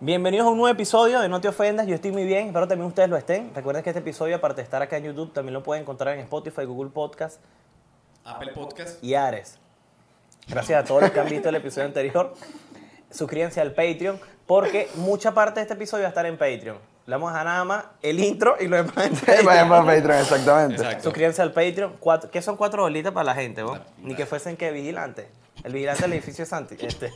Bienvenidos a un nuevo episodio de No Te Ofendas. Yo estoy muy bien, espero también ustedes lo estén. Recuerden que este episodio, aparte de estar acá en YouTube, también lo pueden encontrar en Spotify, Google Podcast Apple Podcast. y Ares. Gracias a todos los que han visto el episodio anterior. Suscríbanse al Patreon, porque mucha parte de este episodio va a estar en Patreon. Le vamos a dejar nada más el intro y lo demás en Patreon. Vayan para Patreon, exactamente. Exacto. Suscríbanse al Patreon. Cuatro- ¿Qué son cuatro bolitas para la gente, vos? Ni que fuesen que vigilantes. El vigilante del edificio Santi. Este.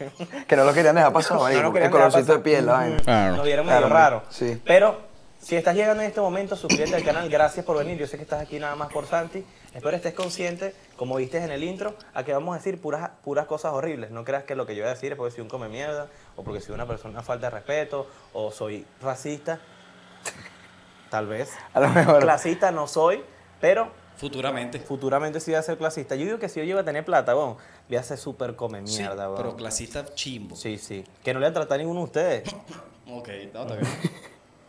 Que no lo querían dejar pasar, marico. No, no el querían dejar colorcito pasar. de piel, la vaina. Nos vieron medio Claro, raro. sí. Pero si estás llegando en este momento, suscríbete al canal. Gracias por venir. Yo sé que estás aquí nada más por Santi. Espero estés consciente, como viste en el intro, a que vamos a decir puras, puras cosas horribles. No creas que lo que yo voy a decir es porque soy un come mierda, o porque soy una persona falta de respeto, o soy racista. Tal vez. A lo mejor. Clasista no soy, pero Futuramente. futuramente sí voy a ser clasista. Yo digo que si yo llego a tener plata, weón, voy a ser súper come Sí, mierda, weón. pero clasista chimbo. Sí, sí. Que no le voy a tratar a ninguno de ustedes. Ok, no, está bien.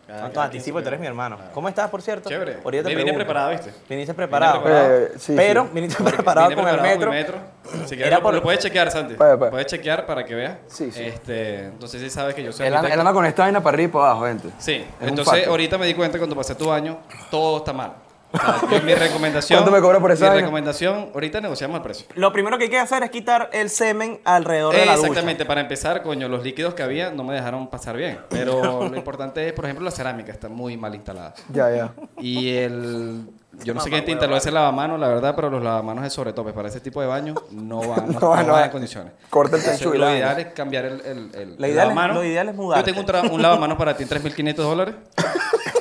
Cada- No, tú cada anticipo, quien Ah, pues, tú eres mi su- hermano. Claro. ¿Cómo estás, por cierto? Ah. Chévere. Ahorita te Me vine pregunto. preparado, ¿viste? Viniste preparado. preparado. Eh, sí, pero sí. viniste preparado Vine con el preparado metro. con Si quieres, Era lo, por- lo puedes chequear, Santi. Puede, puede. Puedes chequear para que veas. Sí, sí. Este, entonces sí sabes que yo soy Él anda, él arquitecto. anda con esta vaina para arriba y para abajo, gente. Sí. un entonces fato. ahorita me di cuenta cuando pasé tu año, todo está mal. O sea, yo- mi recomendación. ¿Cuánto me cobra por esa Mi vaina? recomendación, ahorita negociamos el precio. Lo primero que hay que hacer es quitar el semen alrededor de la ducha. Exactamente, para empezar, coño, los líquidos que había no me dejaron pasar bien. Pero lo importante es, por ejemplo, la cerámica está muy mal instalada. Ya, ya. Y el. Yo no sé Mamá quién te instaló ese lavamanos, la verdad, pero los lavamanos de sobretopes para ese tipo de baño no van, no, No van, no no van van. en condiciones. Corta el Entonces, techo y la Lo vaina. ideal es cambiar el, el, el- Lo ideal el es- lavamanos. lo ideal es Yo mudarte. tengo un, tra- un lavamanos para ti en 3.500 dólares.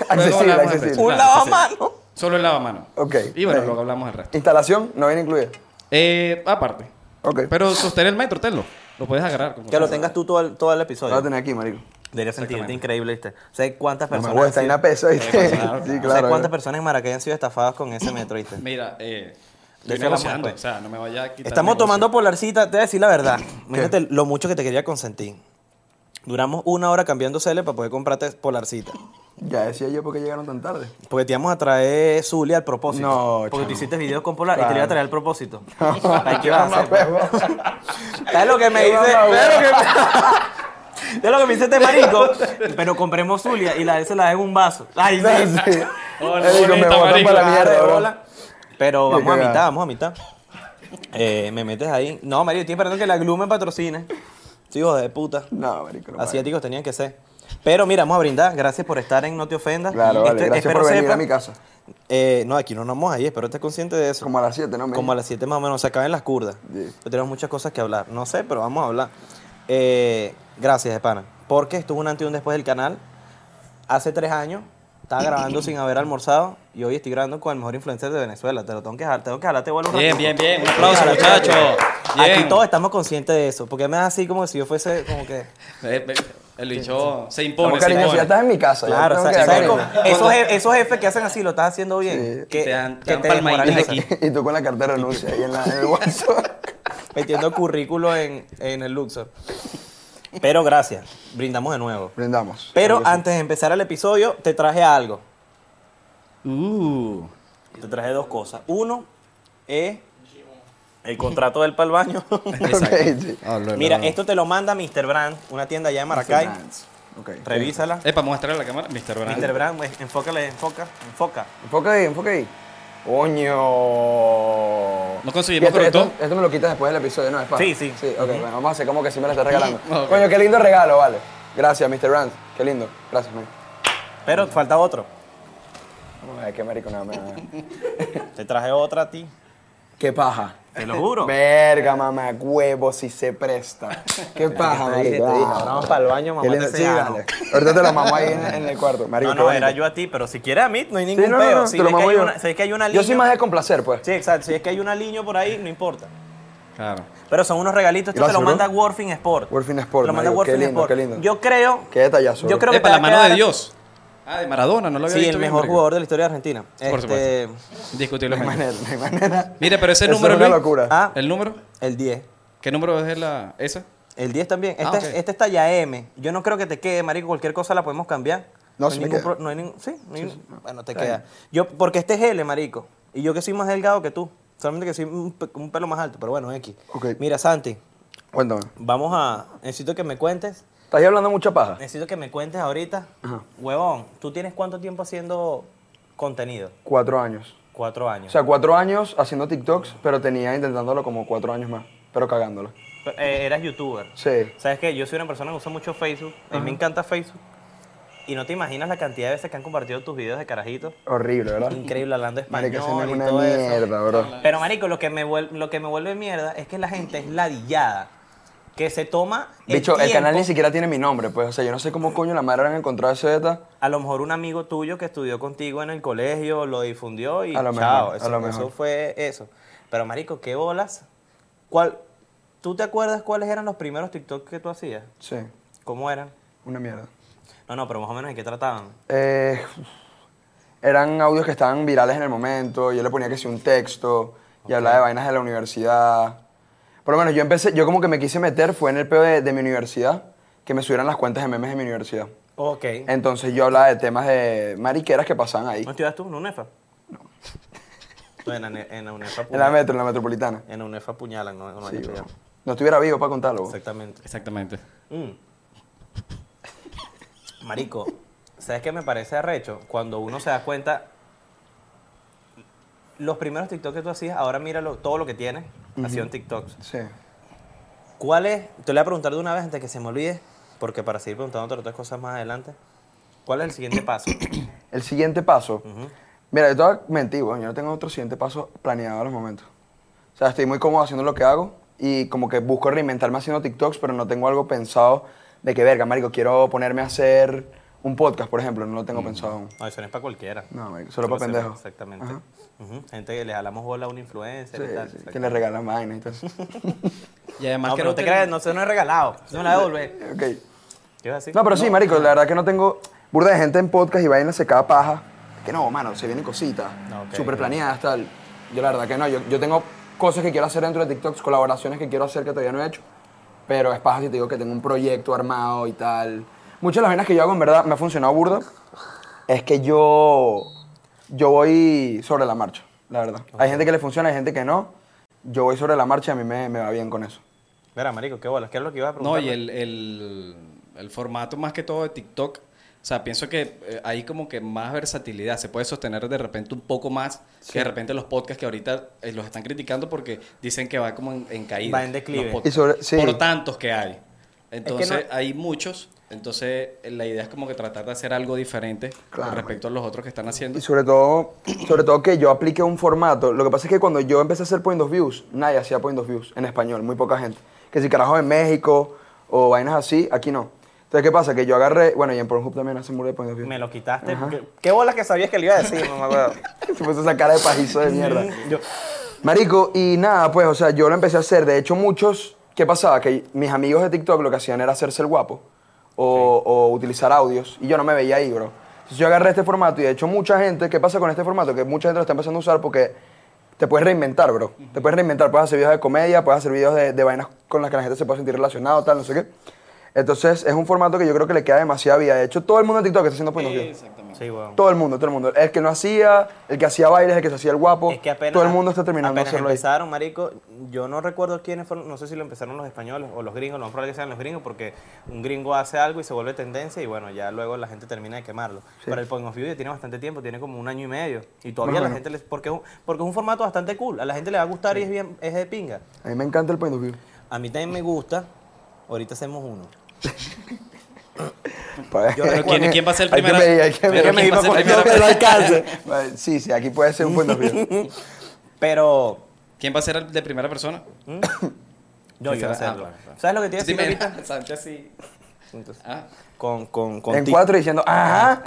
Ah, Accesible, hablamos de accesible. precio. Un Claro, lavamano. Solo el lavamanos. Ok. Y bueno, Bien. luego hablamos del resto. Instalación no viene incluida. Eh, aparte. Ok. Pero sostén el metro, tenlo. Lo puedes agarrar. con Que lo confianza. tengas tú todo el, todo el Lo voy a episodio. tener aquí, marico. Debería sentirte increíble, ¿viste? ¿Sabes cuántas No me personas, voy a han sido- una pesa, claro, ¿viste? Sí, claro. ¿sabes claro. cuántas personas en Maracay han sido estafadas con ese metro, ¿viste? Mira, eh. De eso Estoy hablamos negociando, o después. sea, no me vaya a quitar. Estamos negocio. tomando polarcita, te voy a decir la verdad. Imagínate lo mucho que te quería consentir. Duramos una hora cambiando cele para poder comprarte polarcita. Ya decía yo por qué llegaron tan tarde. Porque te íbamos a traer Zulia al propósito. No, Porque chamo. tú hiciste videos con Polar y te Claro. lo iba a traer al propósito. Ay, ¿Qué vas a hacer? Mamá, ¿Sabes lo que me Qué dice? mamá, ¿Sabes lo que me- ¿Sabes lo que me dice este marico? Pero compremos Zulia y la de él se la dejo en un vaso. Ay, huevón. sí. Sí. Hola, Él dijo, me bonita, botaron marico. para la Claro, mierda, de huevón. bola. Pero Qué vamos a cagada. mitad, vamos a mitad. Eh, me metes ahí. No, marico, estoy esperando que la Glue me patrocine. Sí, hijo de puta. No, marico. no, vale. Asiáticos tenían que ser. Pero mira, vamos a brindar. Gracias por estar en No Te Ofendas. este, Claro, vale. Gracias espero por venir sepa- a mi casa. Eh, no, aquí no nos vamos ahí. Espero estés consciente de eso. Como a las 7, ¿no? me Como a las 7 más o menos, se acaban las curdas. Sí. Pero Tenemos muchas cosas que hablar. No sé, pero vamos a hablar. Eh, gracias, Espana. Porque estuvo un antes y un después del canal. Hace tres años estaba grabando sin haber almorzado y hoy estoy grabando con el mejor influencer de Venezuela. Te lo tengo que dejar, tengo que jalarte vuelo un Bien, ratito. bien, bien. Un aplauso, Claro, muchachos. Bien. Aquí todos estamos conscientes de eso. Porque me das así como que si yo fuese como que... Eh, eh, El bicho se Como impone, se cariño, si impone. ya estás en mi casa. ya Claro, o tengo sea, que dar ¿sabes cariño. cómo? esos, je- esos jefes que hacen así lo estás haciendo bien. Sí. Que, Te dan- te que dan palmaditas desmoralizan. aquí. Y tú con la cartera de anuncia ahí en, la, en el WhatsApp. metiendo currículo en, en el Luxor. Pero gracias, brindamos de nuevo. Brindamos. Pero antes de empezar el episodio, te traje algo. Uh. Te traje dos cosas. Uno es el contrato del pal baño. Exacto. Ok, sí. Ah, lo- lo- Mira, lo- esto te lo manda Mr. Brand, una tienda allá en Maracay. Ok. Revísala. Eh, para mostrarle a la cámara, Mr. Brand. Mr. Brand, pues, enfócale, enfoca, enfoca. Enfoca ahí, enfoca ahí. ¡Coño! No conseguimos Y esto, producto. esto, esto me lo quitas después del episodio, ¿no? Es para. Sí, sí. Sí, ok, bueno, vamos a hacer como que sí me lo estás regalando. Ok. Coño, qué lindo regalo, vale. Gracias, Mr. Rand. Qué lindo. Gracias, man. Pero falta otro. Vamos a ver qué marico nada más. Te traje otra a ti. Qué paja. Te lo juro. Verga, mamá, huevo, si se presta. Qué paja, Te dije, marico. te dije, Ah, vamos pa'l baño, qué mamá, lindo. te Sí, enseño. dale. Ahorita te lo mamó ahí en, en el cuarto, marico. No, qué no, bonito. era yo a ti, pero si quieres a mí, no hay ningún Sí, no, no, pedo. no, si, te lo ves que mamó hay yo. una, si ves que hay una línea. Yo soy más de complacer, pues. Sí, exacto. Si es que hay una línea por ahí, no importa. Claro. Pero son unos regalitos. Esto te Gracias, lo manda bro. Warfing Sport. Warfing Sport, Lo manda marico, qué Warfing lindo, Sport. qué lindo. Yo creo. Qué detallazo. Yo creo que Eh, te va para a la mano quedar- de Dios. Ah, de Maradona, no lo había Sí, visto. el bien, mejor marico. jugador de la historia de Argentina. Por este, No hay Discutiblemente. manera, no hay manera. Mira, pero ese Eso número, es una Luis. locura. Ah, ¿El número? el 10. ¿Qué número es la, esa? El 10 también. Este, Ah, es- ok. este es talla M. Yo no creo que te quede, marico. Cualquier cosa la podemos cambiar. No, hay sí me ningún queda. pro- no hay ningún- sí, no hay ningún- bueno, te queda. Yo, porque este es L, marico. Y yo que soy más delgado que tú. Solamente que soy un, pe- un pelo más alto, pero bueno, X. Ok. Mira, Santi, Cuéntame. vamos a... Necesito que me cuentes ¿Estás ahí hablando mucha paja? Necesito que me cuentes ahorita, Ajá. huevón, ¿tú tienes cuánto tiempo haciendo contenido? Cuatro años. Cuatro O años. sea, cuatro años haciendo TikToks, pero tenía intentándolo como cuatro años más, pero cagándolo. Eh, eras youtuber. Sí. ¿Sabes qué? Yo soy una persona que usa mucho Facebook. A mí me encanta Facebook. Y no te imaginas la cantidad de veces que han compartido tus videos de carajitos. Horrible, ¿verdad? Increíble, hablando español Marica, ese man es y una todo eso. mierda, bro. Pero, marico, lo que, me vuel- lo que me vuelve mierda es que la gente es ladillada. Que se toma el Bicho, el tiempo- canal ni siquiera tiene mi nombre, pues. O sea, yo no sé cómo coño la madre han encontrado ese beta. A lo mejor un amigo tuyo que estudió contigo en el colegio lo difundió y A lo chao. mejor, a eso, lo eso mejor. fue eso. Pero, marico, ¿qué bolas? ¿Cuál, ¿Tú te acuerdas cuáles eran los primeros TikTok que tú hacías? Sí, ¿Cómo eran? una mierda. No, no, pero más o menos de qué trataban. Eh, eran audios que estaban virales en el momento. Yo le ponía que sí un texto y hablaba de vainas de la universidad. Por lo menos yo empecé, yo como que me quise meter fue en el peo de, de mi universidad, que me subieran las cuentas de memes de mi universidad. Ok. Entonces yo hablaba de temas de mariqueras que pasaban ahí. ¿No estudias tú en UNEFA? No. en, la, ne- en la UNEFA En la apuñalan. metro, en la metropolitana. En la UNEFA apuñalan, no, no hay Sí, que bro. estudiar. No estuviera vivo para contarlo. bro. Exactamente. Exactamente. Mm. Marico, ¿sabes qué me parece arrecho? Cuando uno se da cuenta, los primeros TikTok que tú hacías, ahora mira lo- todo lo que tienes, hacía un TikTok. Sí. ¿Cuál es, te lo voy a preguntar de una vez antes que se me olvide, porque para seguir preguntándote otras cosas más adelante, ¿cuál es el siguiente paso? El siguiente paso. Ujú. Mira, yo te voy a mentir, weón, Yo no tengo otro siguiente paso planeado a los momentos. O sea, estoy muy cómodo haciendo lo que hago y como que busco reinventarme haciendo TikToks, pero no tengo algo pensado de que, verga, marico, quiero ponerme a hacer un podcast, por ejemplo. No lo Mm. tengo pensado aún. No, eso no es para cualquiera. No, marico, solo para se- pendejos. Exactamente. Ajá. Ujú, Gente que le jalamos bola a un influencer y tal. Sí, sí, exacto. que le regalan vainas y tal. Y además No, que pero no te creas, no, eso no es regalado. Eso me la devuelve. Ok. ¿Qué vas a decir? No, pero sí, marico, la verdad que no tengo burda de gente en podcast y vainas se cada paja. Que no, mano, se vienen cositas, No, ok, súper ok. planeadas, tal. Yo la verdad que no, yo, yo tengo cosas que quiero hacer dentro de TikToks, colaboraciones que quiero hacer que todavía no he hecho. Pero es paja si te digo que tengo un proyecto armado y tal. Muchas de las vainas que yo hago, en verdad, me ha funcionado burda. Es que yo, yo voy sobre la marcha, la verdad. Hay gente que le funciona, hay gente que no. Yo voy sobre la marcha y a mí me, me va bien con eso. Mira, marico, qué bolas. ¿Qué es lo que ibas a preguntar? No, y el, el- el formato más que todo de TikTok. O sea, pienso que eh, hay como que más versatilidad. Se puede sostener de repente un poco más que de repente los podcasts que ahorita eh, los están criticando porque dicen que va como en, en caída. Va en declive. los podcasts, Y sobre- sí. Por tantos que hay. Entonces, no- hay muchos. Entonces, eh, la idea es como que tratar de hacer algo diferente Claro, con respecto a los otros que están haciendo. Y sobre todo, sobre todo que yo aplique un formato. Lo que pasa es que cuando yo empecé a hacer point of views, nadie hacía point of views en español, muy poca gente. Que si carajo en México o vainas así, aquí no. Entonces, ¿qué pasa? Que yo agarré, bueno, y en Pornhub también hacen burda de point of view. Me lo quitaste. ¿Qué, qué bolas que sabías que le iba a decir, mamá? huevo? Se puso esa cara de pajizo de mierda. Yo- Marico, y nada, pues, o sea, yo lo empecé a hacer. De hecho, muchos, ¿qué pasaba? Que mis amigos de TikTok lo que hacían era hacerse el guapo o, o utilizar audios. Y yo no me veía ahí, bro. Entonces yo agarré este formato y de hecho mucha gente, ¿qué pasa con este formato? Que mucha gente lo está empezando a usar porque te puedes reinventar, bro. Te puedes reinventar, puedes hacer videos de comedia, puedes hacer videos de, de vainas con las que la gente se puede sentir relacionado, tal, no sé qué. Entonces es un formato que yo creo que le queda demasiada vida. De hecho, todo el mundo en TikTok está haciendo point of view. Exactamente. sí, huevón. Todo el mundo, todo el mundo. El que no hacía, el que hacía bailes, el que se hacía el guapo. Es que apenas. todo el mundo está terminando de apenas hacerlo ahí. empezaron, marico. Yo no recuerdo quiénes fueron. No sé si lo empezaron los españoles o los gringos. Lo más probable que sean los gringos porque un gringo hace algo y se vuelve tendencia y bueno, ya luego la gente termina de quemarlo. Pero el Point of View ya tiene bastante tiempo, tiene como un año y medio. Y todavía Más o la menos. gente les. Porque, es un- porque es un formato bastante cool. A la gente le va a gustar y es, bien, es de pinga. A mí me encanta el point of view. A mí también me gusta. Ahorita hacemos uno. Pa- Yo- Pero ¿quién- quién va a ser el Pues, Hay que primero? medir, hay que Pero medir. ¿quién Hay que va a ser el medir primero? para cuando lo alcance. Vale, Pues, Sí, sí, aquí puede ser un point of view. Pero. ¿Quién va a ser el de primera persona? Yo Sí, quiero hacerlo. será- ah, claro, claro. ¿Sabes lo que te iba a decir Dime, ahorita? Sánchez, sí. Ah. Con, con, con En ti. cuatro diciendo, ajá.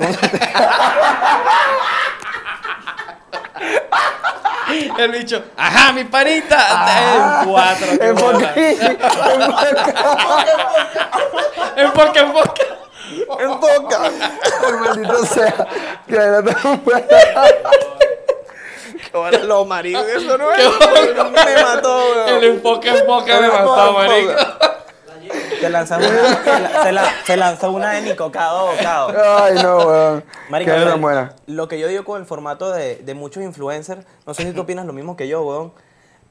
El bicho, ajá, mi panita. Ah. En cuatro. qué bola. En porque, en porque. En boca. El maldito sea. Que era tan bueno. Ahora los maridos, eso no Qué es. Me mató, El weón. enfoque, enfoque me mató, marico. Te lanzas una, te la- se, la- se lanzó una de Nico, cada bocado. Ay, no, weón. Marico, Que o era sea, eh, tan buena. Lo que yo digo con el formato de, de muchos influencers, no sé si tú opinas lo mismo que yo, weón,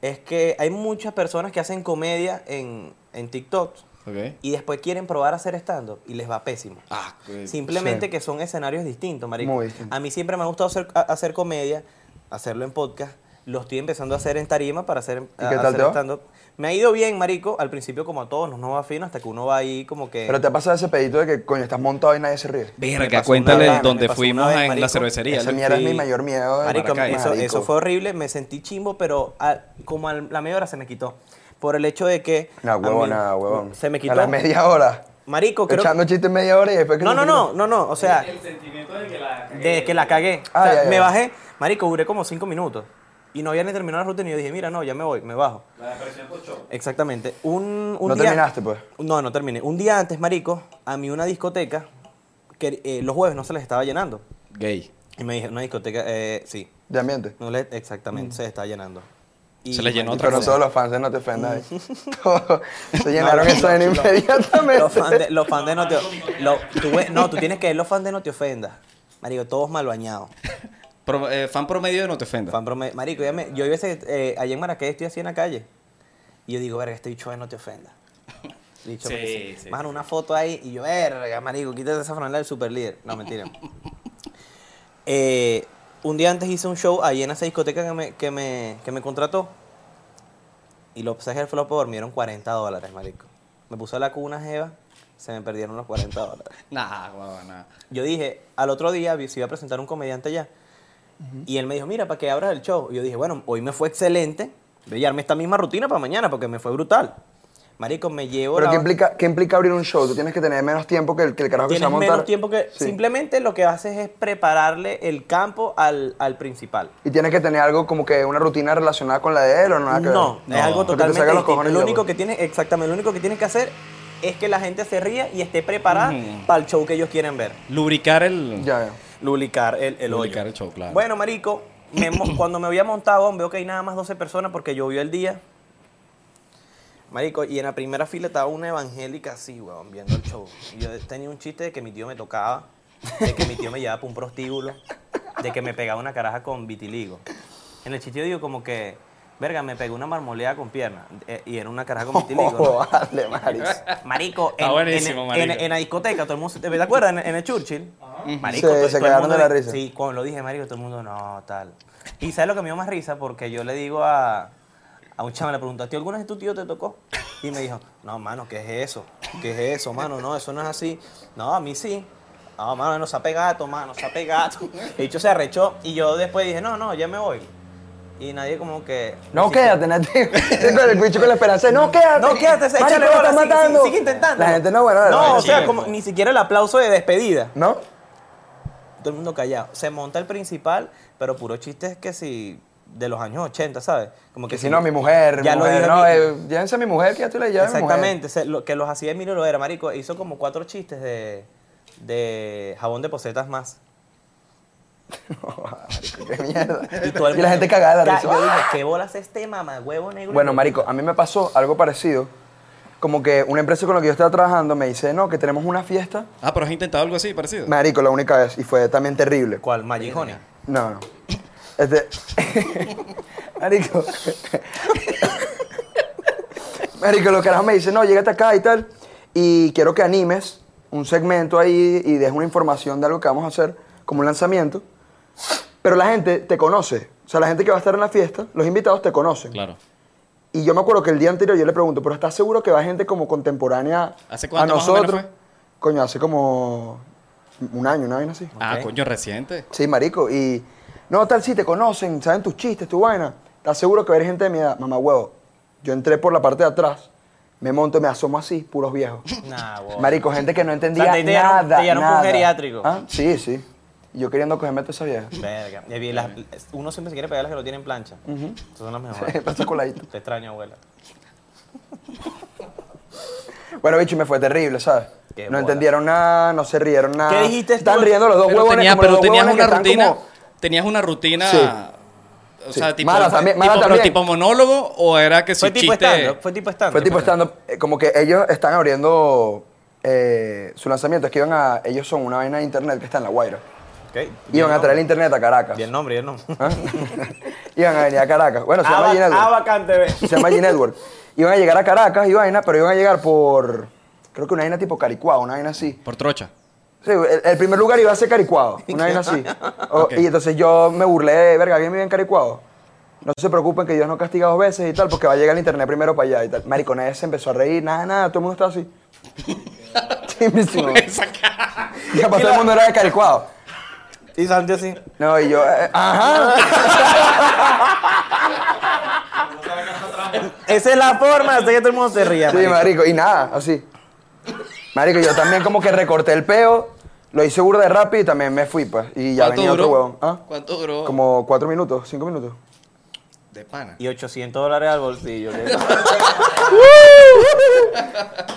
es que hay muchas personas que hacen comedia en, en TikTok Ok. y después quieren probar a hacer stand-up y les va pésimo. Ah, eh, Simplemente sí. que son escenarios distintos, marico. Muy distinto. A mí siempre me ha gustado hacer, a- hacer comedia, hacerlo en podcast. Lo estoy empezando a hacer en tarima para hacer, qué a- tal hacer te va? stand-up. Me ha ido bien, marico. Al principio, como a todos, nos no va fino hasta que uno va ahí como que... Pero te ha pasado ese pedito de que, coño, estás montado y nadie se ríe. Me pasó Verga, una cuéntale vez, me dónde pasó fuimos una vez, en la marico. cervecería. Esa Lo- mierda sí. es mi mayor miedo. de Marico, Maracay. eso, Marico. eso fue horrible, me sentí chimbo, pero al- como a la media hora se me quitó. Por el hecho de que... No, a huevo, mí- nada, huevón. Se me A quitó. la media hora. Marico, creo... Echando chistes media hora y después que No, se no, te no, quita. no, no, o sea, sentimiento de que la... de que la cagué. O Ah, sea, ya, ya. Me bajé, marico, duré como cinco minutos. Y no había ni terminado la ruta y yo dije, mira, no, ya me voy, me bajo. Exactamente. Un, un No día- terminaste, pues. No, no terminé. Un día antes, marico, a mí una discoteca, que eh, los jueves no se les estaba llenando. Gay. Y me dije, una discoteca, eh, sí, De ambiente. no le, Mm. exactamente, se está llenando. Y- Se les llenó otra Pero cosa. todos los fans de No Te Ofendas. Todos se llenaron no, eso de no, inmediatamente. Los fans de, los fans de no te lo- tú ve- No, tú tienes que ver los fans de No Te Ofendas. Marico, todos mal bañados. Pro- eh, fan promedio de No Te Ofendas. Fan prome- Marico, ya me- yo hay veces, eh, allá en Maracay estoy así en la calle. Y yo digo, verga, este bicho de No Te Ofendas. Dicho Sí, sí, sí, Mano, una foto ahí y yo, verga, marico, quítate esa franela del super líder. No, mentira. Eh, un día antes hice un show ahí en esa discoteca que me, que me, que me contrató. Y los pasajes del flopo dormieron 40 dólares, marico. Me puse a la cuna, Jeva, se me perdieron los 40 dólares. Nah, guau, nah. Yo dije, al otro día vi- se iba a presentar un comediante allá. Y él me dijo, mira, para que abras el show. Y yo dije, bueno, hoy me fue excelente. Voy a llevarme esta misma rutina para mañana porque me fue brutal. Marico, me llevo. Pero la- ¿qué implica, ¿qué implica abrir un show? Tú tienes que tener menos tiempo que el, que el carajo que se Tienes va a montar. menos tiempo que. Sí. Simplemente lo que haces es prepararle el campo al, al principal. Y tienes que tener algo como que una rutina relacionada con la de él o nada que ver. No, es algo Porque te totalmente saca los distinto. cojones Lo y único ya, pues. que tienes, exactamente, lo único que tienes que hacer es que la gente se ría y esté preparada Ujú. para el show que ellos quieren ver. Lubricar el... Ya, ya. Lulicar el, el hoyo. Lubricar el show, claro. Bueno, marico, me mo- cuando me había montado, veo que hay nada más 12 personas porque llovió el día. Marico, y en la primera fila estaba una evangélica así, weón, viendo el show. Y yo tenía un chiste de que mi tío me tocaba, de que mi tío me llevaba para un prostíbulo, de que me pegaba una caraja con vitiligo. En el chiste yo digo como que, verga, me pegó una marmoleada con pierna. eh, y era una caraja con vitiligo. ¿no? Oh, vale, Maris. Marico, Está en, buenísimo, en- marico. en- en la discoteca, todo el mundo. ¿Te acuerdas? En, en el Churchill. Marico, Sí, todo- se todo el cagaron mundo de la le- risa. Sí, cuando lo dije, Marico, todo el mundo, no, tal. Y ¿sabes lo que me dio más risa? Porque yo le digo a, a un chama, le pregunto, ¿a ti alguna vez tu tío te tocó? Y me dijo, no, mano, ¿qué es eso? ¿Qué es eso, mano? No, eso no es así. No, a mí sí. No, mano, no se ha pegado, mano, se ha pegado. El dicho se arrechó y yo después dije, no, no, ya me voy. Y nadie como que... No, Sí, quédate, Nati. Sí, con el bicho con la esperanza. de, No, quédate. no, quédate, Marico, échale lo bola, estás sigue, matando. sigue- sigue intentando. La gente no, bueno, la No, verdad. o sea, Chile, como, pues. ni siquiera el aplauso de despedida. ¿No? Todo el mundo callado. Se monta el principal, pero puro chiste es que si de los años 80, ¿sabes? Como Que si no, mi mujer, Ya mi lo mujer, dijo no, mi- eh, llévense a mi mujer, que ya estoy la llave a mi mujer. Exactamente, se- lo, que los hacía Emilio Loera, marico, hizo como cuatro chistes de, de jabón de posetas más. Qué mierda. Y, todo el Y mundo- la gente cagada de la Ca- risa. Ah. Yo dije, ¿qué bolas es este mamá huevo negro? Bueno, marico, a mí me pasó algo parecido. Como que una empresa con la que yo estaba trabajando me dice, no, que tenemos una fiesta. Ah, pero has intentado algo así, parecido. Marico, la única vez. Y fue también terrible. ¿Cuál? Magic Honey. No, no. Este... marico. marico, los carajos me dicen, no, llégate acá y tal. Y quiero que animes un segmento ahí y des una información de algo que vamos a hacer, como un lanzamiento. Pero la gente te conoce. O sea, la gente que va a estar en la fiesta, los invitados te conocen. Claro. Y yo me acuerdo que el día anterior yo le pregunto, pero ¿estás seguro que va gente como contemporánea ¿Hace a cuánto más o nosotros? menos Coño, hace como un año, una vaina así. Ah, Ok. coño, reciente. Sí, marico. Y no, tal, sí, te conocen, saben tus chistes, tu vaina. ¿Estás seguro que va a haber gente de mi edad? Mamá, huevo. Yo entré por la parte de atrás, me monto, me asomo así, puros viejos. Nah, huevo. Marico, gente que no entendía O sea, te llenaron- nada. te llenaron por un nada. geriátrico. ¿Ah? Sí, sí. Y Yo queriendo cogerme a toda esa vieja. Verga. Y vi las- uno siempre se quiere pegar las que lo tienen plancha. Esas son las mejores. Pasa coladito. Te extraño, abuela. Bueno, bicho, y me fue terrible, ¿sabes? Qué no bola. entendieron nada, no se rieron nada. ¿Qué dijiste tú? Están riendo los dos Pero, huevones. tenía- como los pero dos tenías huevones que una están rutina. como- Tenías una rutina. Sí. O Sí. sea, tipo, Mala fue- también- mala tipo, pero también. tipo monólogo o era que si Fue tipo chiste. estando, fue tipo estando. Fue tipo estando, eh, como que ellos están abriendo eh, su lanzamiento. Es que iban a, ellos son una vaina de internet que está en La Guaira. Iban a traer el internet a Caracas. Y el nombre, y el nombre. ¿Ah? iban a venir a Caracas. Bueno, se llama Ava- G Network. Avacan TV. Se llama G Network. Iban a llegar a Caracas y vaina, pero iban a llegar por. Creo que una vaina tipo Caricuá, una vaina así. Por trocha. Sí, el, el primer lugar iba a ser Caricuado, una vaina así. O- Ok. Y entonces yo me burlé, verga, ¿alguien vive en Caricuado? No se preocupen que Dios no castiga dos veces y tal, porque va a llegar el internet primero para allá y tal. Marico, nadie se empezó a reír, nada, nada, todo el mundo estaba así. Chimbísimo. Esa cara. Y aparte todo el mundo era de Caricuado. Y Santi así. No, y yo, eh, ajá. Esa es la forma de hacer que todo el mundo se ría. Sí, marico. marico, y nada, así. Marico, yo también como que recorté el peo, lo hice burda de rápido y también me fui, pues. Y ya ¿Cuánto venía otro huevón. duró? ¿Ah? ¿Cuánto duró? Como cuatro minutos, cinco minutos. De pana. Y 800 dólares al bolsillo. ¿qué?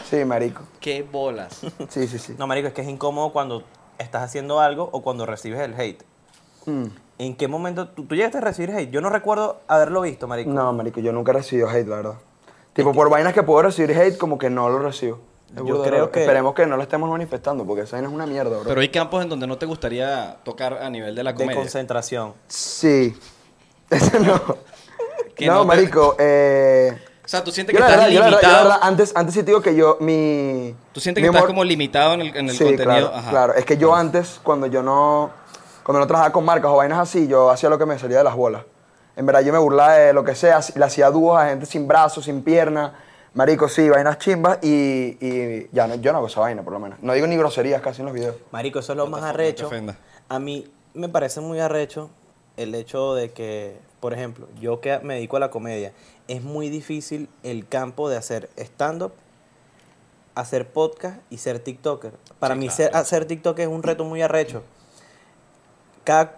Sí, marico. Qué bolas. Sí, sí, sí. No, marico, es que es incómodo cuando estás haciendo algo o cuando recibes el hate. Mm. ¿En qué momento tú, tú llegaste a recibir hate? Yo no recuerdo haberlo visto, marico. No, marico, yo nunca he recibido hate, la verdad. Tipo, por vainas que puedo recibir hate, como que no lo recibo. Es Yo burda de creo raro. que- Esperemos que no lo estemos manifestando, porque esa vaina es una mierda, bro. Pero hay campos en donde no te gustaría tocar a nivel de la de comedia. concentración. Sí. Ese no. Que no, no te- marico, eh... o sea, tú sientes Yo que la estás verdad, yo la verdad, yo la limitado. verdad, antes, antes sí te digo que yo, mi... Tú sientes mi que estás humor- como limitado en el, en el sí, contenido. Claro, Ajá. claro, es que yo antes, cuando yo no, cuando no trabajaba con marcas o vainas así, yo hacía lo que me salía de las bolas. En verdad, yo me burlaba de lo que sea, le hacía dúos a gente sin brazos, sin piernas, marico, sí, vainas chimbas, y, y ya, no, yo no hago esa vaina, por lo menos. No digo ni groserías casi en los videos. Marico, eso es lo más te arrecho. ofendas. A mí me parece muy arrecho el hecho de que, por ejemplo, yo que me dedico a la comedia, es muy difícil el campo de hacer stand-up, hacer podcast y ser TikToker. Para mí ser, hacer TikTok es un reto muy arrecho. Cada,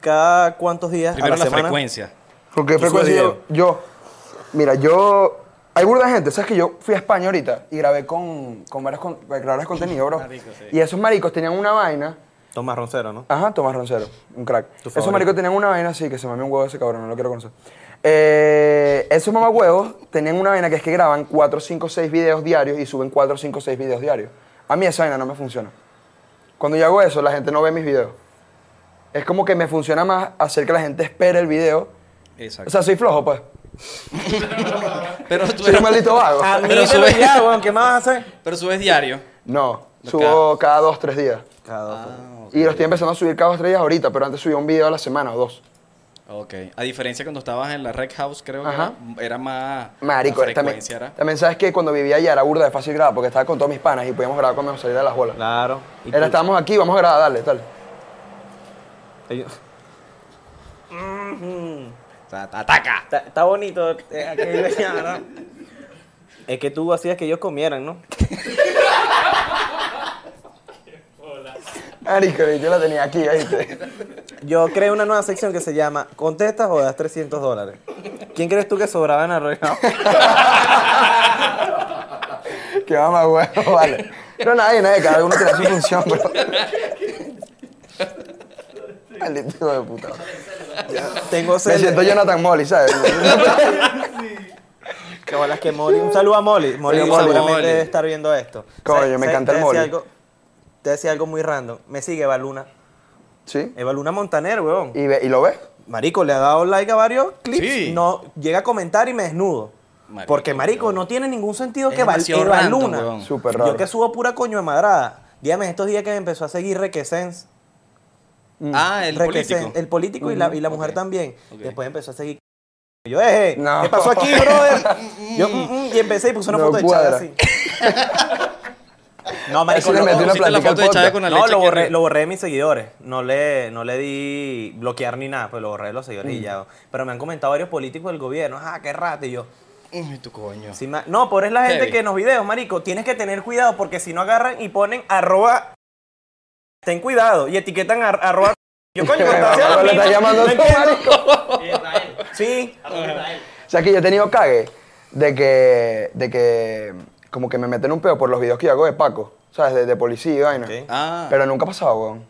cada cuántos días Primero a la, la, semana. frecuencia. ¿Por qué Tú subes frecuencia? Yo, video. yo- mira, yo, hay burda de gente, sabes que yo fui a España ahorita y grabé con, con varios con- creadores de contenido, bro. Marico, sí. Y esos maricos tenían una vaina... Tomás Roncero, ¿no? Ajá, Tomás Roncero, un crack. Tu Esos favorito. maricos tenían una vaina así, que se mame un huevo ese cabrón, no lo quiero conocer. Eh, esos mamahuevos tenían una vaina que es que graban 4, 5, 6 videos diarios y suben 4, 5, 6 videos diarios. A mí esa vaina no me funciona. Cuando yo hago eso, la gente no ve mis videos. Es como que me funciona más hacer que la gente espere el video. O Exacto. sea, soy flojo, pues. pero, tú Soy eres- un maldito vago. A mí Pero me lo sube- ya, weón, ¿qué más vas a hacer? pero subes diario. No, subo cada 2, 3 días. Ah. Ah, Y lo estoy empezando a subir cada 2, 3 días ahorita, pero antes subía un video a la semana o dos. Ah, Ok. A diferencia cuando estabas en la Rec House, creo que Ajá. era, era más. Marico, la también, frecuencia era. también sabes que cuando vivía allá era burda de fácil grabar porque estaba con todos mis panas y podíamos grabar cuando nos saliera de las bolas. Claro. Y Era, tú- estábamos aquí, vamos a grabar, dale, tal. ellos- Ta- ta- ¡Ataca! Está, está bonito eh, aquello allá, ¿verdad? Es que tú hacías que ellos comieran, ¿no? Marico, yo la tenía aquí, ¿viste? Yo creé una nueva sección que se llama ¿Contestas o das 300 dólares? ¿Quién crees tú que sobraba en arreglado? que vamos huevo, vale. No, nadie, nadie, cada uno tiene su función, pero... Maldito hijo de puta. Tengo Me sed. siento Jonathan Molly, ¿sabes? Como las que Molly- Un saludo a Molly. Molly Saludo a seguramente Molly. debe estar viendo esto. Coño, ¿Sabes- me sabes- encanta el te decía Molly. algo- Te decía algo muy random. Me sigue Eva Luna. ¿Sí? Eva Luna Montaner, weón. ¿Y, ve- y lo ves? Marico, le ha dado like a varios clips. Sí. No, llega a comentar y me desnudo. Marico, Porque, marico, no tiene ningún sentido Es que Val- demasiado Eva random, Luna. huevón. Súper raro. Yo que subo pura coño de madrada. Dígame, estos días que me empezó a seguir Requesens. Ah, el Requesens, político. Mm. el político y la, y la mujer ok, también. ok. Después empezó a seguir. Yo, eh, eh, No. ¿qué pasó aquí, brother? Yo, mm, mm, y empecé y puse una No foto cuadra. de Chávez así. no, marico, Así le lo, metí una Pusiste la plática al foto de Chávez podcast. con la no, leche lo que- borré, lo borré de mis seguidores. No le, no le di bloquear ni nada, pues lo borré de los seguidores Mm. y ya. Pero me han comentado varios políticos del gobierno, ah, qué rato. Y yo, Uy, tu coño. Sí, ma- No, por es la gente Heavy. que en los videos, marico, tienes que tener cuidado porque si no agarran y ponen arroba, ten cuidado y etiquetan ar- arroba. Yo coño, Me cuando hacía mamá, la le está misma, llamando Ah, no a entiendo. marico. Sí, O sea, que yo he tenido cague de que, de que como que me meten un peo por los videos que yo hago de Paco, ¿sabes? De, de policía y vaina. Ok. Ah. Pero nunca ha pasado, weón.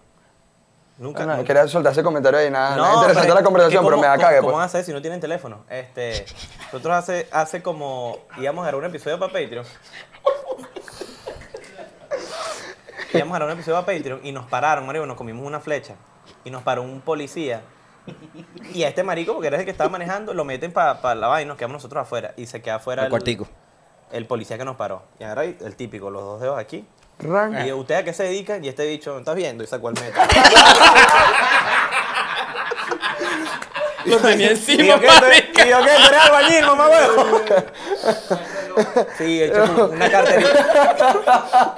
nunca. No, nunca. Quería soltar ese comentario ahí, nada, nada No, Ah, interesante pero- la conversación, ¿qué- pero cómo- me da cómo- cague, ¿Cómo van a pues. hacer si no tienen teléfono? Este, nosotros hace, hace como íbamos a grabar un episodio para Patreon. íbamos a grabar un episodio para Patreon y nos pararon, marico, nos comimos una flecha y nos paró un policía Y a este marico, porque era el que estaba manejando, lo meten para la vaina y nos quedamos nosotros afuera. Y se queda afuera El cuartico. el policía que nos paró. Y agarra ahí, el típico, los dos dedos aquí. Ran. Ah. Y usted a qué se dedica y este bicho, ¿me estás viendo? Y sacó el metro. Lo tenía Y yo encima, que marica. y yo que tú eres albañil, mamá huevo. Sí, he hecho un- una carterita.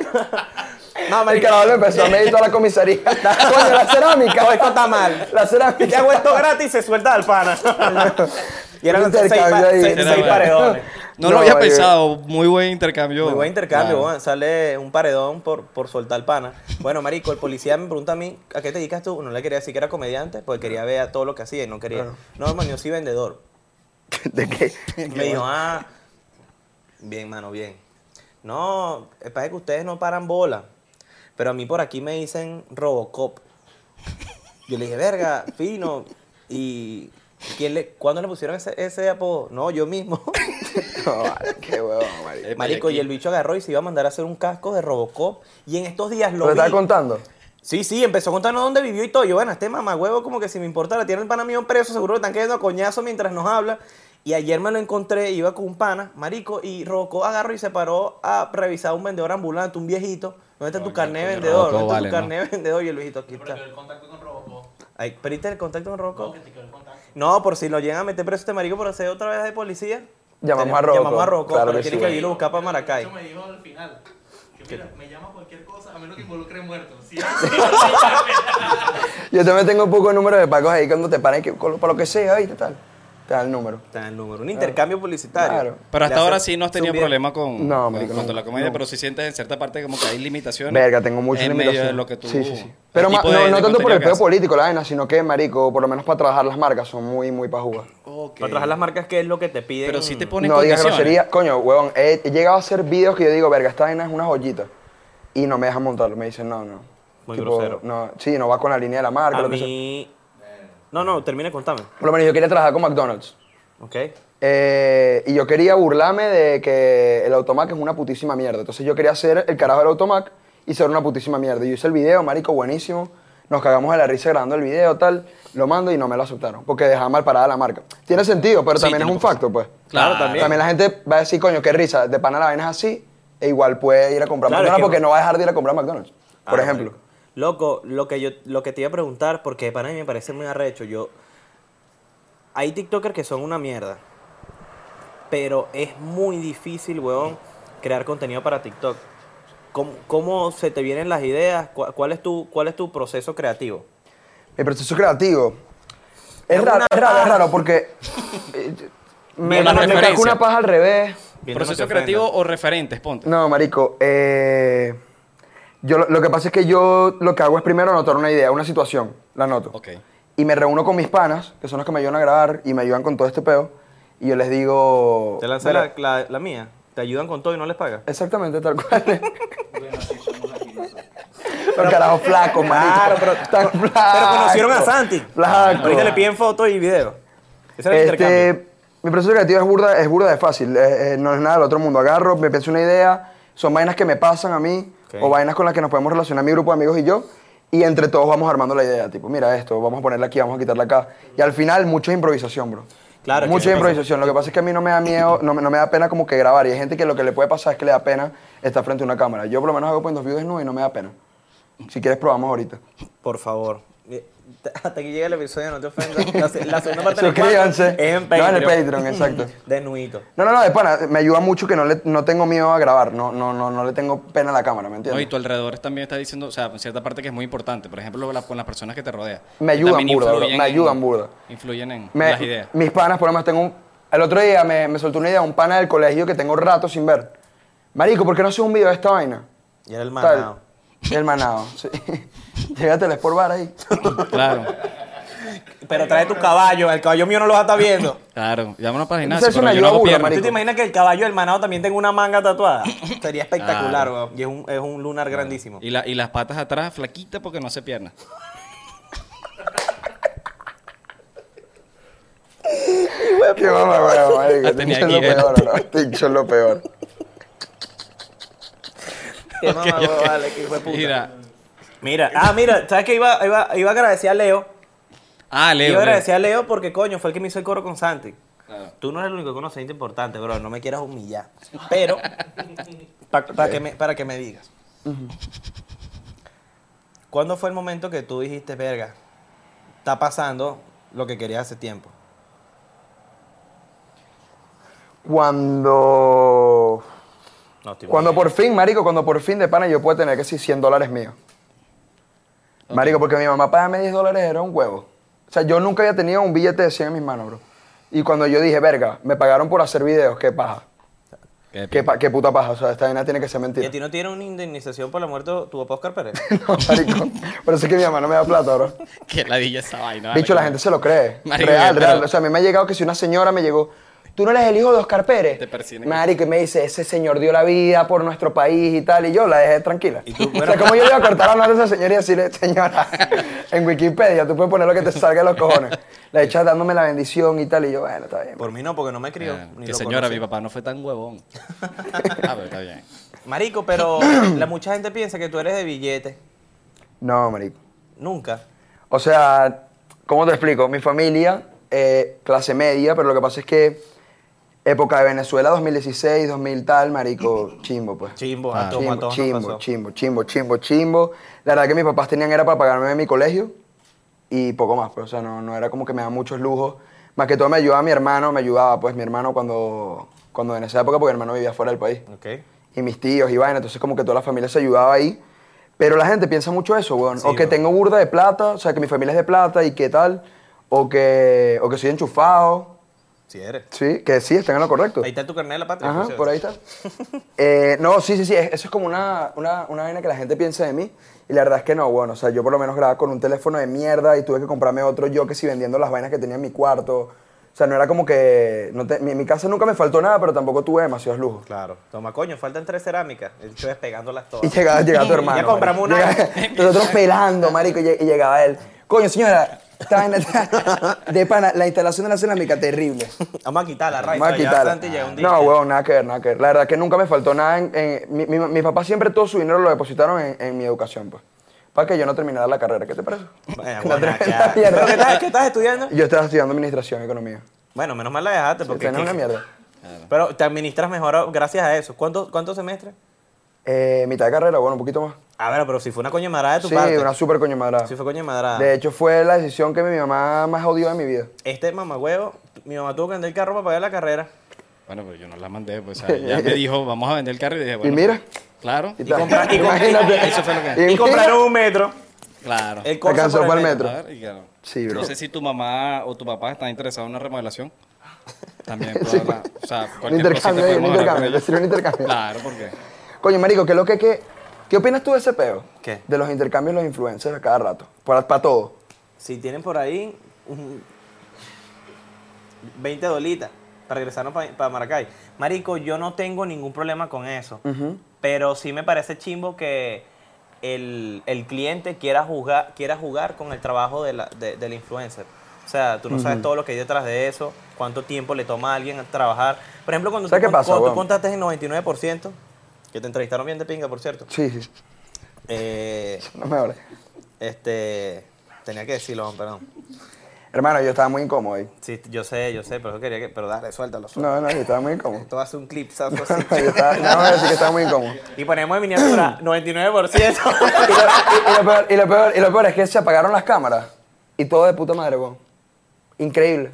No, El marica, carajo lo empezó a medir toda la comisaría. Coño, la cerámica. No, esto está mal. La Te cerámica. hago esto gratis y se suelta al pana. Y eran Un seis, intercambio pa- ahí. seis- seis Era- paredones. No lo No, eh, había vale. pensado. Muy buen intercambio. Muy buen intercambio, Claro. weón. Sale un paredón por, por soltar pana. Bueno, marico, el policía me pregunta a mí, ¿a qué te dedicas tú? No le quería decir que era comediante, porque quería ver a todo lo que hacía y no quería. No, hermano, yo soy vendedor. ¿De qué? Me dijo, ah, bien, mano, bien. No, es para que ustedes no paran bola. Pero a mí por aquí me dicen Robocop. Yo le dije, verga, fino. ¿Y quién le, cuándo le pusieron ese, ese apodo? No, yo mismo. No, "Ah, vale, qué huevón, marico. Eh, Marico, y el bicho agarró y se iba a mandar a hacer un casco de Robocop. Y en estos días lo ¿Lo vi. estás contando? Sí, sí, empezó contando dónde vivió y todo. Yo, bueno, este mamagüevo como que si me importara, tiene el pana mío preso, seguro le están cayendo a coñazo mientras nos habla. Y ayer me lo encontré, iba con un pana, marico, y Rocco agarró y se paró a revisar un vendedor ambulante, un viejito. ¿Dónde está tu Coño, carnet de coño, vendedor? Rocco, ¿Dónde está vale, tu carnet de vendedor? Y el viejito, aquí está. el contacto con Robocop. Ay, ¿Periste el contacto con Rocco? el contacto. No, por si lo llegan a meter preso este marico por hacer otra vez de policía. Llamamos tenemos- a Rocco, Llamamos a Rocco, claro pero que tienen sí. que ir a buscar para Maracay. Eso me dijo al final. Que mira, me llama cualquier cosa, a menos que involucre muertos. ¿sí? Yo también tengo un poco de número de pagos ahí cuando te paren, que, con- para lo que sea, ¿viste? Tal. Te dan el número. Está en el número. Un intercambio publicitario. Claro. Pero hasta Le ahora hacen- sí no has tenido subir- problema con, No, con- marico, cuanto a no, la comedia, no. pero sí sientes en cierta parte como que hay limitaciones. Verga, tengo muchas en medio de limitaciones. lo que tú. Sí, sí, sí. el Pero ma- tipo no, de- no de tanto por contenido el que pedo haces. político, la vaina, sino que, marico, por lo menos para trabajar las marcas son muy, muy para jugar. Ok. Para trabajar las marcas, ¿qué es lo que te piden? Pero sí te ponen No digas condiciones. grosería. Coño, huevón, he, he llegado a hacer videos que yo digo, verga, esta vaina es una joyita. Y no me dejan montarlo. Me dicen, no, no. Muy grosero. No, sí, no va con la línea de la marca. A lo que sea. mí... No, no, termine, contame. Por lo menos yo quería trabajar con McDonald's. ¿Ok? Eh, y yo quería burlarme de que el automac es una putísima mierda. Entonces yo quería hacer el carajo del automac y ser una putísima mierda. Yo hice el video, marico, buenísimo. Nos cagamos de la risa grabando el video, tal. Lo mando y no me lo aceptaron. Porque dejaba mal parada la marca. Tiene sentido, pero Sí, también es tiene un poco factor, pues. Claro, Claro, también. también. También la gente va a decir, coño, qué risa. De pana la vaina es así. E igual puede ir a comprar Claro, es McDonald's que- porque no va a dejar de ir a comprar McDonald's. Por Ah, ejemplo. marico. Loco, lo que, yo, lo que te iba a preguntar, porque para mí me parece muy arrecho, yo... Hay TikTokers que son una mierda, pero es muy difícil, weón, crear contenido para TikTok. ¿Cómo, cómo se te vienen las ideas? ¿Cuál, cuál es, tu, ¿Cuál es tu proceso creativo? Mi proceso creativo. Es Es raro, una es raro, paja. es raro porque. eh, Me, Una me calco referencia. una paja al revés. Viendo no te Proceso ofendas. creativo o referentes, ponte. No, marico. eh, yo lo, lo que pasa es que yo lo que hago es primero anotar una idea, una situación. La anoto. Ok. Y me reúno con mis panas, que son los que me ayudan a grabar y me ayudan con todo este peo. Y yo les digo. ¿Te lanzas la, "Mira, la- la mía? ¿Te ayudan con todo y no les pagas? Exactamente, tal cual. Los carajos flacos, manito. Claro, pero- Tan Pero flacos. conocieron a Santi. Flaco. Ahorita le piden fotos y videos. Ese era el intercambio. Este, mi proceso creativo es burda, es burda de fácil, eh, eh, no es nada del otro mundo. Agarro, me pienso una idea, son vainas que me pasan a mí Ok. o vainas con las que nos podemos relacionar mi grupo de amigos y yo. Y entre todos vamos armando la idea, tipo, mira esto, vamos a ponerla aquí, vamos a quitarla acá. Y al final, mucho es improvisación, bro. Claro, es que Mucha eso pasa. improvisación. Lo que pasa es que a mí no me da miedo, no me, no me da pena como que grabar. Y hay gente que lo que le puede pasar es que le da pena estar frente a una cámara. Yo por lo menos hago point of view desnudo y no me da pena. Si quieres, probamos ahorita. Por favor. Eh, Hasta aquí llega el episodio, no te ofendas. La, se- la segunda parte del Suscríbanse. podcast es en No, en Patreon. el Patreon, exacto. Desnudito. No, no, no, de pana, me ayuda mucho que no, le, no tengo miedo a grabar, no, no, no, no le tengo pena a la cámara, ¿me No, y entiendes? tu alrededor también está diciendo, o sea, en cierta parte que es muy importante. Por ejemplo, la- con las personas que te rodean. Me Que ayudan también burda, bro, influyen me en- ayudan burda. Influyen en Me- las ideas. Mis panas, por lo menos tengo un... El otro día me, me soltó una idea, un pana del colegio que tengo rato sin ver. Marico, ¿por qué no haces un video de esta vaina? Y era el Tal. manado. El manado, sí. Llegate al Sport Bar ahí. Claro, Pero trae tu caballo, el caballo mío no lo está viendo. claro. Llámanos para el gimnasio, Entonces, eso pero me yo no ayuda hago burda, piernas. ¿Tú marico. te imaginas que el caballo del manado también tenga una manga tatuada? Sería espectacular, Claro. weón. Y es un, es un lunar grandísimo. Y, la- y las patas atrás flaquitas porque no hace piernas. Qué mamá, huevo, marico. La tenía Tincho es lo aquí, ¿eh? peor, bro. Tincho es lo peor. Qué mamá, Ok, ok. vale, qué hijo de puta. Mira, Mira, ah, mira, ¿sabes qué? Iba, iba, iba a agradecer a Leo Ah, Leo. Yo Leo. agradecí a Leo porque, coño, fue el que me hizo el coro con Santi. Claro. Tú no eres el único conociente importante, bro. No me quieras humillar. Pero, pa- para, que me, para que me digas. ¿Cuándo fue el momento que tú dijiste, verga, está pasando lo que quería hace tiempo? Cuando. No, estoy Cuando bromeando. por fin, marico, cuando por fin de pana yo puedo tener que si 100 dólares míos. Marico, porque mi mamá pagarme 10 dólares era un huevo. O sea, yo nunca había tenido un billete de 100 en mis manos, bro. Y cuando yo dije, verga, me pagaron por hacer videos, qué paja. Qué Qué, pa- qué puta paja, o sea, esta vaina tiene que ser ¿Y mentira. a ti no tiene una indemnización por la muerte de tu papá Oscar Pérez? No, marico. Por eso es que mi mamá no me da plata, bro. Qué ladilla esa Ah, vaina. Bicho, la gente se lo cree. Marico, real, pero- real. O sea, a mí me ha llegado que si una señora me llegó, tú no eres el hijo de Oscar Pérez. Te persiguen. Marico, y me dice, ese señor dio la vida por nuestro país y tal, y yo la dejé tranquila. Y tú, o bueno. sea, como yo le iba a cortar la mano a esa señora y decirle, señora, en Wikipedia tú puedes poner lo que te salga de los cojones. La hecha dándome la bendición y tal, y yo, bueno, está bien. Por mí no, porque no me crió. Ah, ni que lo señora, conocí. mi papá no fue tan huevón. ah, pero está bien. Marico, pero la mucha gente piensa que tú eres de billete. No, marico. Nunca. O sea, ¿cómo te explico? Mi familia, eh, clase media, pero lo que pasa es que época de Venezuela, 2016, 2000 tal, marico, chimbo, pues. Chimbo, a Ah. todos, a Chimbo, todos nos chimbo, pasó. chimbo, chimbo, chimbo, chimbo. La verdad que mis papás tenían era para pagarme mi colegio y poco más, pues, o sea, no, no era como que me daban muchos lujos. Más que todo me ayudaba mi hermano, me ayudaba pues mi hermano cuando, cuando en esa época, porque mi hermano vivía fuera del país Ok. y mis tíos y vaina, entonces como que toda la familia se ayudaba ahí. Pero la gente piensa mucho eso, weón. Sí, o que weón. tengo burda de plata, o sea, que mi familia es de plata y qué tal. O que, o que soy enchufado, Si eres. ¿sí? Que sí, están en lo correcto. Ahí está tu carnet de la patria. Ajá, cierto. por ahí está. Eh, no, sí, sí, sí, es- eso es como una, una, una vaina que la gente piensa de mí. Y la verdad es que no, bueno, o sea, yo por lo menos grababa con un teléfono de mierda y tuve que comprarme otro yo que sí vendiendo las vainas que tenía en mi cuarto. O sea, no era como que... No te- mi, mi casa nunca me faltó nada, pero tampoco tuve demasiados lujos. Claro. Toma, coño, faltan tres cerámicas. El chico despegándolas todas. Y llegaba, llegaba tu Ya hermano. compramos una. marico. Llegaba- nosotros pelando, marico, y lleg- y llegaba él. Coño, señora, esta vaina está- de pana, la instalación de la cerámica, terrible. Vamos a quitarla, Raíz. Vamos a quitarla. un día. No, huevón, nada que ver, nada que ver. La verdad que nunca me faltó nada. En, en- mi, mi- mi papá siempre todo su dinero lo depositaron en, en mi educación, pues. Para que yo no terminara la carrera, ¿qué te parece? Bueno, Una bueno, tremenda ya. mierda. ¿Pero qué estás, qué estás estudiando? Yo estaba estudiando administración y economía. Bueno, menos mal la dejaste. Porque Porque es una mierda. Pero te administras mejor gracias a eso. ¿Cuántos cuántos semestres? Eh, mitad de carrera, bueno, un poquito más. A ver, pero si fue una coño madrada de tu Sí, parte. una super coño madrada. Si fue coño madrada. De hecho, fue la decisión que mi mamá más odió de mi vida. Este mamagüevo, mi mamá tuvo que vender el carro para pagar la carrera. Bueno, pero yo no la mandé, pues. o sea, ella me dijo, vamos a vender el carro y dije, bueno. mira. Claro, Y tal. comprar- y comprar- Imagínate. eso fue lo que- Y mira, compraron un metro. claro. El Corsa Alcanzó por para el metro. metro. A ver, y claro. Sí, bro. No sé si tu mamá o tu papá están interesados en una remodelación. También puedo hablar. O sea, cualquier Un cosita intercambio, ahí, podemos hablar un con intercambio. ellos. decir un intercambio. Claro, porque. Coño, marico, ¿qué es lo que, qué, ¿qué opinas tú de ese peo? ¿Qué? De los intercambios de los influencers a cada rato. Para, para todo. Si tienen por ahí un- 20 dolitas para regresarnos para Maracay. Marico, yo no tengo ningún problema con eso. Mm. Pero sí me parece chimbo que el, el cliente quiera jugar, quiera jugar con el trabajo de la- de- del influencer. O sea, tú no sabes todo lo que hay detrás de eso, cuánto tiempo le toma a alguien a trabajar. Por ejemplo, cuando, tú, ¿Sabes qué con- pasa, cuando tú weón? contratas el 99%, que te entrevistaron bien de pinga, por cierto. Sí, sí. eh, No me hables. este, tenía que decirlo, perdón. Hermano, yo estaba muy incómodo ahí. Sí, yo sé, yo sé, pero yo quería que. Pero dale, suéltalo. suéltalo. No, no, yo estaba muy incómodo. Esto hace un clip así. yo estaba, no, voy a decir que estaba muy incómodo. Y ponemos en miniatura 99%. Y lo, y- y lo peor, y, lo peor, y lo peor es que se apagaron las cámaras. Y todo de puta madre, weón. Increíble.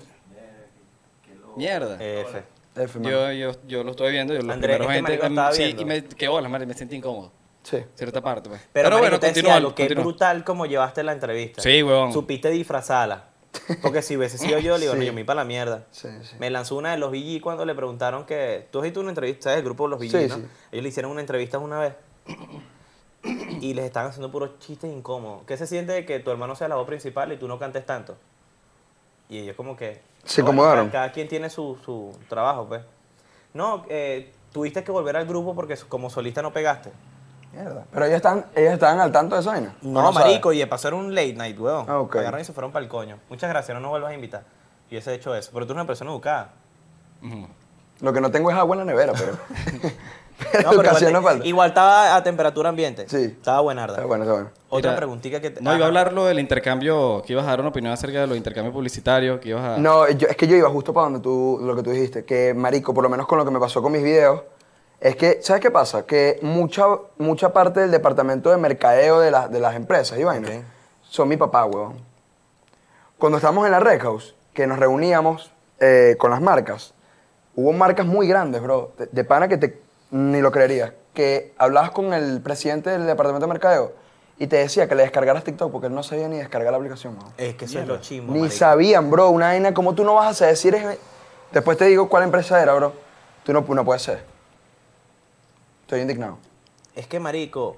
Mierda. F. F, man. Yo, yo, yo lo estoy viendo, yo lo Andrés, primero este gente. mm, marico estaba sí, viendo. y me, qué bola, madre, me sentí incómodo. Sí. Cierta parte, pues. Pero, bueno, te decía continúalo, lo que continúa. brutal como llevaste la entrevista. Sí, huevón. Supiste disfrazarla. Porque si hubiese sido yo, le digo, no, Sí. yo me iba para la mierda. Sí, sí. Me lanzó una de los VG cuando le preguntaron que. Tú has visto una entrevista, ¿sabes? El grupo de los VG, Sí, ¿no? sí. Ellos le hicieron una entrevista una vez. Y les estaban haciendo puros chistes incómodos. ¿Qué se siente de que tu hermano sea la voz principal y tú no cantes tanto? Y ellos como que... Se "Ah, bueno, acomodaron. Cada, cada quien tiene su, su trabajo, pues. No, eh, tuviste que volver al grupo porque como solista no pegaste. Mierda. Pero ellos estaban, ellos estaban al tanto de esa vaina. ¿O No, saben? marico, y de paso era un late night, weón. Ah, ok. Agarraron y se fueron para el coño. Muchas gracias, no nos vuelvas a invitar. Y hubiese hecho eso. Pero tú eres una persona educada. Ujú. Lo que no tengo es agua en la nevera, pero. No, Educación pero igual, no falta. igual estaba a temperatura ambiente. Sí. Estaba buenarda. Está bueno, está bueno. Otra Mira, preguntita que te- No, iba a Ajá. hablar lo del intercambio, que ibas a dar una opinión acerca de los intercambios publicitarios, que ibas a... No, yo- es que yo iba justo para donde tú, lo que tú dijiste, que marico, por lo menos con lo que me pasó con mis videos, es que, ¿sabes qué pasa? Que mucha, mucha parte del departamento de mercadeo de, las de las empresas y vainas Ok. son mi papá, huevón. Cuando estábamos en la Rec House, que nos reuníamos eh, con las marcas, hubo marcas muy grandes, bro, de, de pana que te, ni lo creerías, que hablabas con el presidente del departamento de mercadeo y te decía que le descargaras TikTok porque él no sabía ni descargar la aplicación, huevón. Es que eso es lo chimbo. Ni marico. sabían, bro. Una vaina como tú no vas a decir es... Después te digo cuál empresa era, bro. Tú no, no puedes ser. Estoy indignado. Es que, marico,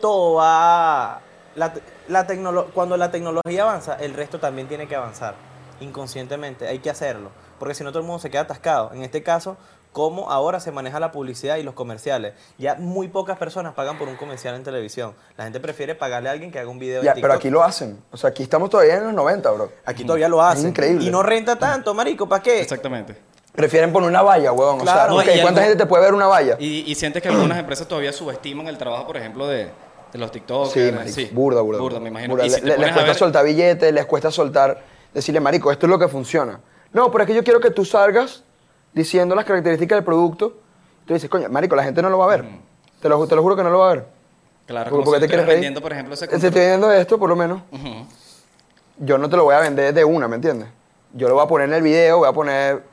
todo va... La, te- la tecnolo- cuando la tecnología avanza, el resto también tiene que avanzar, inconscientemente, hay que hacerlo, porque si no todo el mundo se queda atascado. En este caso, cómo ahora se maneja la publicidad y los comerciales. Ya muy pocas personas pagan por un comercial en televisión. La gente prefiere pagarle a alguien que haga un video Ya, en pero TikTok. aquí lo hacen. O sea, aquí estamos todavía en los 90, bro. Aquí todavía lo hacen. increíble. Y no renta tanto, marico, ¿para qué? Exactamente. Prefieren poner una valla, huevón. Claro, o no, sea, ok, y ¿cuánta algo- gente te puede ver una valla? Y, y sientes que algunas empresas todavía subestiman el trabajo, por ejemplo, de, de los TikTokers. Sí, marico. Burda, burda. Burda, me imagino. Burda. Y si Le- te le- pones les a cuesta ver- soltar billetes, les cuesta soltar... Decirle, marico, esto es lo que funciona. No, pero es que yo quiero que tú salgas diciendo las características del producto. Tú dices, coño, marico, la gente no lo va a ver. Te, lo, ju- te lo juro que no lo va a ver. Claro, ¿Por como por si qué te quieres estuvieras reír? Eh, vendiendo, por ejemplo, ese Si estoy vendiendo esto, por lo menos, Ujú. yo no te lo voy a vender de una, ¿me entiendes? Yo lo voy a poner en el video, voy a poner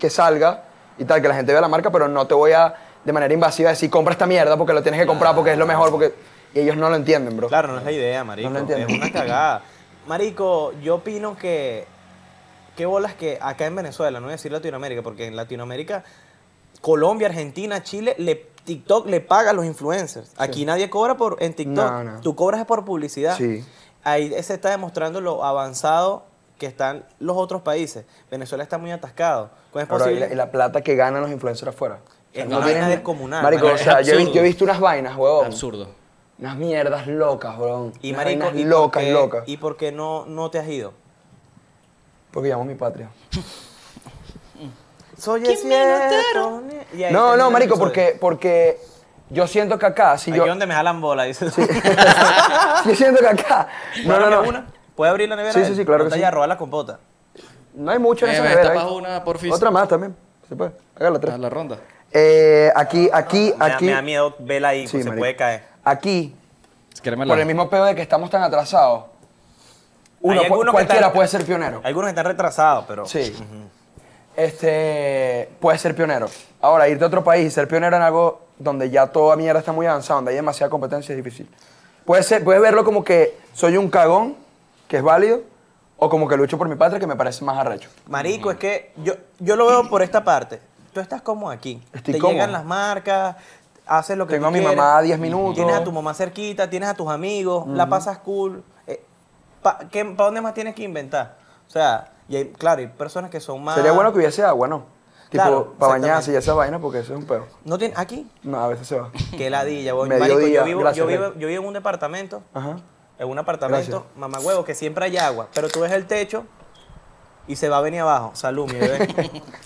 que salga y tal, que la gente vea la marca, pero no te voy a, de manera invasiva, decir, compra esta mierda porque lo tienes que comprar, porque es lo mejor, porque... Y ellos no lo entienden, bro. Claro, no es la idea, marico. No lo entiendo. es una cagada. Marico, yo opino que. Qué bolas que acá en Venezuela, no voy a decir Latinoamérica, porque en Latinoamérica, Colombia, Argentina, Chile, le, TikTok le paga a los influencers. Aquí nadie cobra por en TikTok. No, no. Tú cobras por publicidad. Sí. Ahí se está demostrando lo avanzado que están los otros países. Venezuela está muy atascado. ¿Cómo es Bro, y, la, posible? y la plata que ganan los influencers afuera. Es no una tienen- vaina descomunal, Marico, marico. o sea, Es yo, he- absurdo. yo he visto unas vainas, huevón. Absurdo. Unas mierdas locas, huevón. Y unas marico, vainas ¿y por locas, qué- locas. ¿y por qué no, no te has ido? Porque llamo a mi patria. Soy el cierto. Y ahí termina No, no, el marico, episodio. porque, porque yo siento que acá, si Aquí yo... es donde me jalan bola, dice. yo siento que acá. No, no, Dame no. una. ¿Puede abrir la nevera? Sí, él? sí, sí, claro que Ponte sí. ahí a robar la compota. No hay mucho en Eh, esa ve, nevera. tapas ¿viste? una, porfis. Otra más también. Se puede. Hágala A tres. la ronda. Eh, aquí, aquí, Ah, Me da- aquí. Me, da miedo verla ahí, Sí, pues se marico. puede caer. Aquí, Si quieres me la- por el mismo peo de que estamos tan atrasados, uno, Hay pu- algunos que cualquiera están- puede ser pionero. Algunos están retrasados, pero. Sí. Este, puede ser pionero. Ahora, irte a otro país y ser pionero en algo donde ya toda mierda está muy avanzada, donde hay demasiada competencia, es difícil. Puede ser, puedes verlo como que soy un cagón, que es válido, o como que lucho por mi patria, que me parece más arrecho. Marico, es que yo, yo lo veo por esta parte. Tú estás como aquí. Estoy Te cómodo. llegan las marcas, haces lo que Tengo tú a mi quieres. mamá a 10 minutos. Tienes a tu mamá cerquita, tienes a tus amigos, la pasas cool. Eh, ¿Para dónde más tienes que inventar? O sea, y hay- claro, hay personas que son más. Sería bueno que hubiese agua, ¿no? Tipo, Claro, para exactamente. bañarse y esa vaina, porque eso es un peo. ¿No tiene, aquí No, a veces se va. Qué ladilla, voy. Mediodía, Marico, yo vivo, gracias, yo, vivo, Leo. yo vivo en un departamento, Ajá. en un apartamento, Gracias. mamá huevo, que siempre hay agua, pero tú ves el techo y se va a venir abajo. Salud, mi bebé.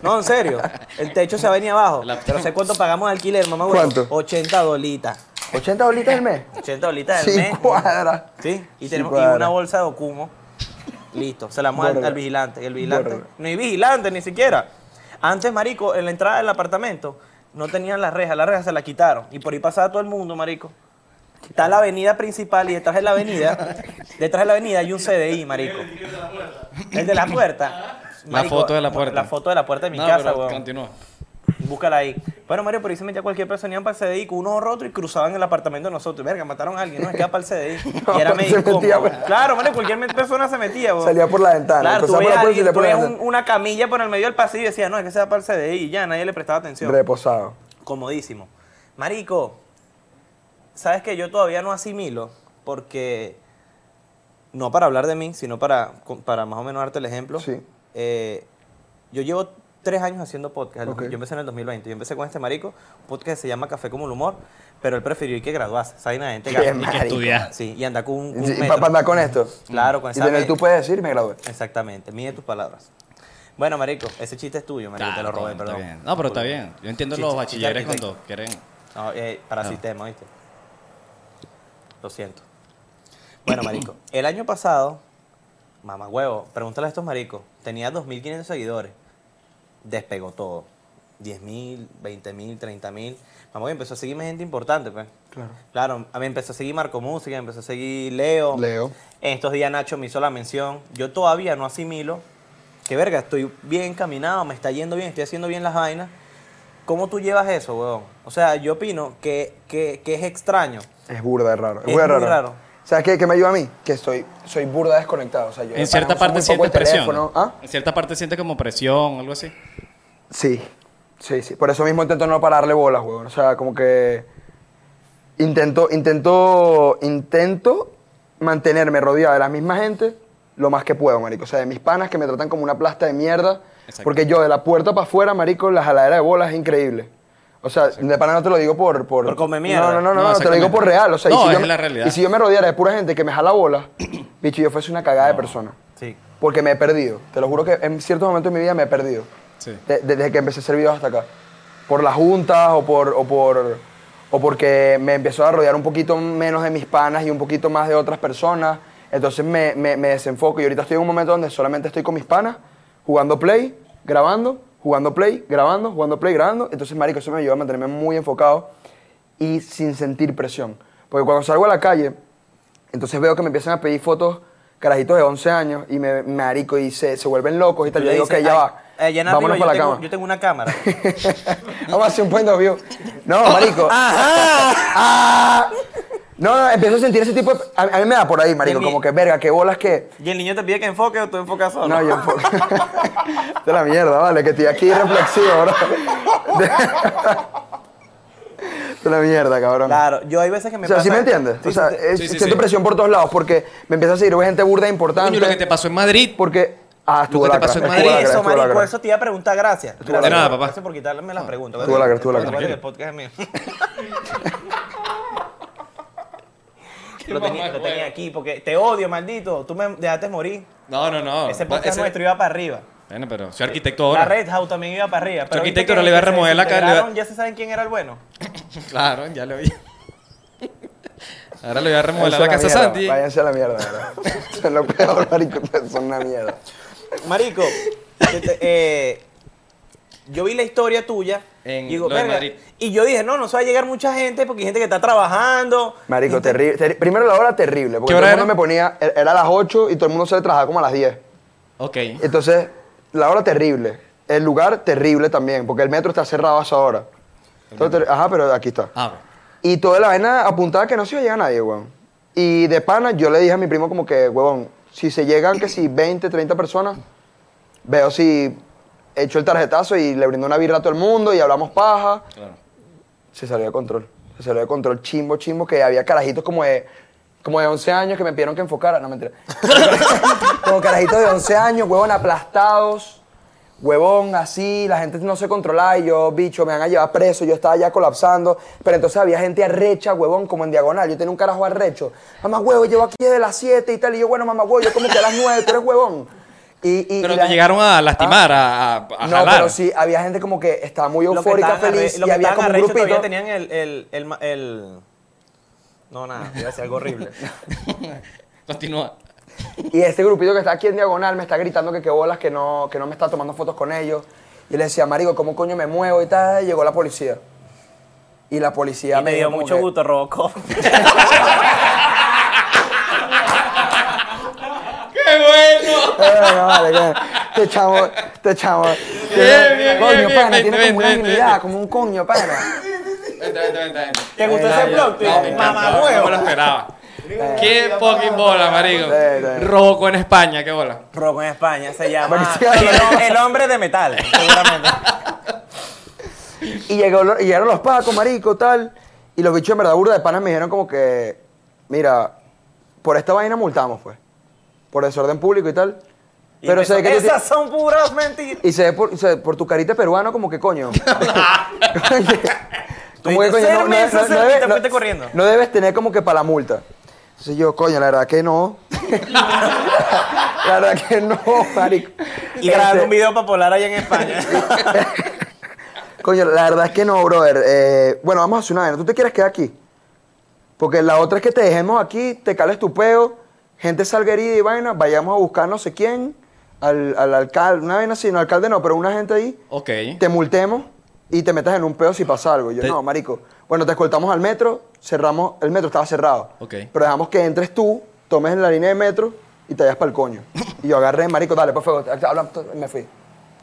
No, en serio, el techo se va a venir abajo. La- Pero sé cuánto pagamos de alquiler, mamá huevo. ¿Cuánto? 80 dolitas. 80 bolitas al mes. 80 dolitas del Sí, mes. cuadra. Sí, y Sí, tenemos y cuadra. una bolsa de ocumo. Listo, se la damos al, Verga. al vigilante. Y el vigilante, Verga. no hay vigilante ni siquiera. Antes, marico, en la entrada del apartamento no tenían las rejas, las rejas se las quitaron. Y por ahí pasaba todo el mundo, marico. Está la avenida principal y detrás de la avenida, detrás de la avenida hay un CDI, marico. El de la puerta. La foto de la puerta. La foto de la puerta de mi No, casa, pero weón. Continúa. Búscala ahí. Bueno, Mario, pero ahí se metía cualquier persona, iban para el CDI con uno o otro y cruzaban el apartamento de nosotros. Verga, mataron a alguien, no, es que iba para el CDI. y era No, medio se incómodo. metía, güey. Claro, Mario, cualquier me- persona se metía, güey. Salía por la ventana, Claro, tú cruzaba por la veías a puerta y alguien, salía por tú la veías un- ventana. una camilla por el medio del pasillo y decía, no, es que se va para el CDI y ya, nadie le prestaba atención. Reposado. Comodísimo. Marico, sabes que yo todavía no asimilo porque, no para hablar de mí, sino para, para más o menos darte el ejemplo. Sí. Eh, yo llevo tres años haciendo podcast. Ok. Yo empecé en el 2020. Yo empecé con este marico, un podcast que se llama Café como el humor, pero él prefirió ir que graduase. Esa vaina de gente Qué gasta. marico. Estudia. Sí, y anda con un, con un Sí, metro. para andar con esto. Claro, con Y esa tener me- tú puedes decir, me gradué. Exactamente, mide tus palabras. Bueno, marico, ese chiste es tuyo, marico, te lo robé, está perdón. bien. No, pero está bien. Yo entiendo Chiste- los chiste bachilleres arquitecto. cuando quieren. No, eh, para sistema, ¿viste? Lo siento. Bueno, marico, el año pasado, mamá huevo, pregúntale a estos maricos, tenía 2.500 seguidores, despegó todo. 10.000, 20.000, 30.000. Mamá huevo, empezó a seguirme gente importante, pues. Claro. Claro, a mí empezó a seguir Marco Música, empezó a seguir Leo. Leo. En estos días Nacho me hizo la mención. Yo todavía no asimilo que, verga, estoy bien encaminado, me está yendo bien, estoy haciendo bien las vainas. ¿Cómo tú llevas eso, weón? O sea, yo opino que, que, que es extraño. Es burda, es raro. Es, Es burda, muy raro. raro. ¿Sabes qué, qué me ayuda a mí? Que soy, soy burda desconectado. O sea, yo En cierta parte para- uso muy poco sientes el presión. teléfono. ¿Ah? En cierta parte sientes como presión, algo así. Sí, sí, sí. Por eso mismo intento no pararle bolas, weón. O sea, como que intento, intento, intento mantenerme rodeado de la misma gente lo más que puedo, marico. O sea, de mis panas que me tratan como una plasta de mierda. Exacto. Porque yo de la puerta para afuera, marico, la jaladera de bolas es increíble. O sea, de pana no te lo digo por... Por, Por comer mierda. No, no, no, no, No, no, te lo digo exactamente. por real. O sea, y No, si yo es me- la realidad. Y si yo me rodeara de pura gente que me jala bolas, bicho, yo fuese una cagada de persona. Sí. Porque me he perdido. Te lo juro que en ciertos momentos de mi vida me he perdido. Sí. De- desde que empecé a hacer videos hasta acá. Por las juntas o por, o por o porque me empezó a rodear un poquito menos de mis panas y un poquito más de otras personas. Entonces me, me- me desenfoco y ahorita estoy en un momento donde solamente estoy con mis panas, jugando play, grabando, jugando play, grabando, jugando play, grabando. Entonces, marico, eso me ayuda a mantenerme muy enfocado y sin sentir presión. Porque cuando salgo a la calle, entonces veo que me empiezan a pedir fotos carajitos de 11 años y me, marico y se, se vuelven locos y tal. Tú Yo le digo dices, que ya "Ay, eh, va. allá en arriba Vámonos yo para la tengo- cama. Yo tengo una cámara. Vamos a hacer un point of view. No, marico. Ah. No, no, empiezo a sentir ese tipo de... A, a mí me da por ahí, marico, De mí- como que, verga, qué bolas que... ¿Y el niño te pide que enfoque o tú enfocas solo? No, yo... De la mierda, vale, que estoy aquí reflexivo, bro. De, De la mierda, cabrón. Claro, yo hay veces que me o sea, pasa... ¿sí me entiendes? Sí, o sea, sí, sí. es- Sí, sí, siento sí. presión por todos lados porque me empieza a seguir gente burda e importante. Coño, lo que te pasó en Madrid. Porque... Ah, estuvo Lo que te lacra, pasó en estuvo Madrid. lacra, Eso, estuvo marico, lacra. eso te iba a preguntar, gracias. la Gracias cara. por- papá. Gracias por quitarme las preguntas. Tú Ah, la cara, tú la cara. Recuerda que El podcast es mío. Lo tenía, lo tenía aquí porque te odio, maldito. Tú me dejaste morir. No, no, no. Ese podcast Ese- nuestro iba para arriba. Bueno, pero soy arquitecto La ahora. Red House también iba para arriba. Pero arquitecto viste no le iba a que se remover la cara, le iba- desintegraron, Ya se saben quién era el bueno. Claro, ya lo vi. Ahora le voy a remodelar Váyanse la a casa mierda, Santi. Váyanse a la mierda, ¿verdad? Eso es lo peor, marico, son una mierda. Marico, te- te- eh, yo vi la historia tuya. En y, digo, lo de "Verga". Madrid. y yo dije, no, no se va a llegar mucha gente porque hay gente que está trabajando. Marico, terrible. terri- primero la hora terrible, porque ¿Qué hora todo el mundo era? me ponía, er- era a las 8 y todo el mundo se trabajaba como a las 10. Ok. Entonces, la hora terrible. El lugar terrible también, porque el metro está cerrado a esa hora. Entonces, ajá, pero aquí está. Ah, bueno. Y toda la vaina apuntaba que no se iba a llegar nadie, weón. Y de pana yo le dije a mi primo como que, huevón, si se llegan que si 20, 30 personas, veo si echo el tarjetazo y le brindo una birra a todo el mundo y hablamos paja. Claro. Se salió de control. Se salió de control chimbo, chimbo, que había carajitos como de, como de 11 años que me pidieron que enfocara. No, mentira. como carajitos de 11 años, huevón, aplastados. Huevón, así, la gente no se controlaba y yo, bicho, me van a llevar preso, yo estaba ya colapsando, pero entonces había gente arrecha, huevón, como en diagonal, yo tenía un carajo arrecho, mamá huevo, llevo aquí desde las 7 y tal, y yo, bueno, mamá huevo, yo como que a las 9, tú eres huevón. Y, y- Pero y te la- llegaron a ¿ah? lastimar, a, a, a no, jalar. pero sí, había gente como que estaba muy Lo que eufórica, estaban feliz, arre- lo y que había estaban como un arrecho grupito. todavía tenían el, el, el, ma- el- No, nada, iba a decir algo horrible. Continúa. Y este grupito que está aquí en diagonal me está gritando que qué bolas, que no, que no me está tomando fotos con ellos. Y le decía, marico, ¿cómo coño me muevo? Y tal, y llegó la policía. Y la policía y me dio dijo como mucho que- gusto, Robocop. ¡Qué bueno! Eh, no, vale, que- Te chamo, te chamo. Bien, bien, coño, bien, bien, pana, ven, tiene ven, como una ven, dignidad, ven. como un coño, pana. Vente, vente, vente, vente. ¿Te gustó Eh, ese no, blog? Tú no, dices, me encanta, Mamá No, no huevo. me lo esperaba. Eh, Qué fucking bola, marico. Sí, sí. Robocó en España, qué bola. Rock en España se llama Marcial. el, el hombre de metal, seguramente. Y, llegó, lo- y llegaron los pacos, marico, tal. Y los bichos en verdad burda de panas me dijeron como que, mira, por esta vaina multamos, pues. Por desorden público y tal. Y Pero empezó, sé que tú ti- Esas son puras mentiras. Y se ve por, se ve por tu carita peruano como que coño. Como que- como que dices, coño, "Ser no, no, menso, no- no ser- y debes- te no- fuiste corriendo". no debes tener como que para la multa. Entonces yo, coño, la verdad que no. La verdad que no, marico. Y grabar Este, un video para polar allá en España. Coño, la verdad es que no, brother. Eh, bueno, vamos a hacer una vaina. ¿Tú te quieres quedar aquí? Porque la otra es que te dejemos aquí, te cales tu peo, gente salga herida y vaina, vayamos a buscar no sé quién, al, al alcalde, una vaina así, no alcalde no, pero una gente ahí, Ok. te multemos y te metas en un peo si pasa algo. Yo, Te- no, marico. Bueno, te escoltamos al metro, cerramos, el metro estaba cerrado. Ok. Pero dejamos que entres tú, tomes la línea de metro y te vayas para el coño. y yo agarré, marico, dale, por favor, habla- me fui.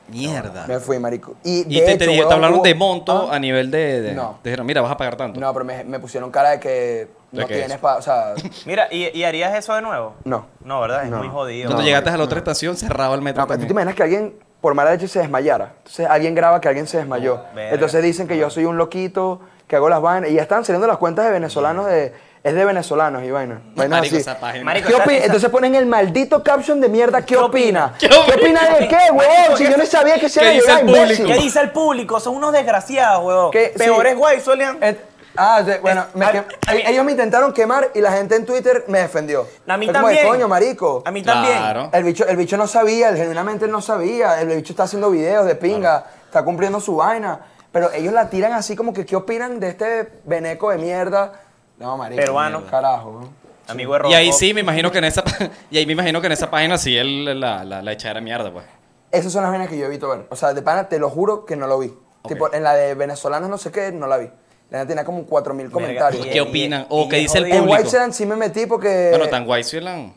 Mierda. Me fui, marico. Y, de Ah. Y te, hecho, te, di- te huevón, hablaron hubo- de monto Ah. a nivel de... de- No. Te dijeron, mira, vas a pagar tanto. No, pero me, me pusieron cara de que ¿De no qué tienes es? para. O sea, Mira, ¿y, y harías eso de nuevo? No. No, ¿verdad? Es No. muy jodido. Entonces llegaste a la otra estación, cerraba el metro no, pero tú te también. imaginas que alguien por mala leche se desmayara. Entonces alguien graba que alguien se desmayó. verga. Entonces dicen que yo soy un loquito, que hago las vainas. Y ya están saliendo las cuentas de venezolanos de. Es de venezolanos y vaina. Vainas Marico, así. esa página. Marico, ¿Qué esa- opi- esa- Entonces ponen el maldito caption de mierda. ¿Qué, opina? ¿Qué ¿Qué opina? opina? de qué, huevón? Si yo no sabía que se ¿Qué era dice llegar, el imbécil. ¿Qué dice el público? Son unos desgraciados, huevón. Que- Peores sí. guay, solían. Et- ah, de- bueno, Es- me a- quem- a mí- ellos me intentaron quemar y la gente en Twitter me defendió. A mí Fue como de, también. coño, marico. A mí también. Claro. El bicho, el bicho no sabía, él genuinamente no sabía. El bicho está haciendo videos de pinga, está cumpliendo su vaina. Pero ellos la tiran así como que, ¿qué opinan de este veneco de mierda? No, marico. Peruano. Carajo. ¿no? Amigo de Y ahí Rocco. sí, me imagino que en esa, y ahí me imagino que en esa página sí él la, la, la echara mierda, pues. Esas son las vainas que yo evito ver. O sea, de pana, te lo juro que no lo vi. Ok. Tipo, en la de venezolanos no sé qué, no la vi. La neta tenía como 4.000 comentarios. ¿Y qué opinan? ¿O qué dice el En público? White Sand sí me metí porque... Bueno, tan guay Suelan.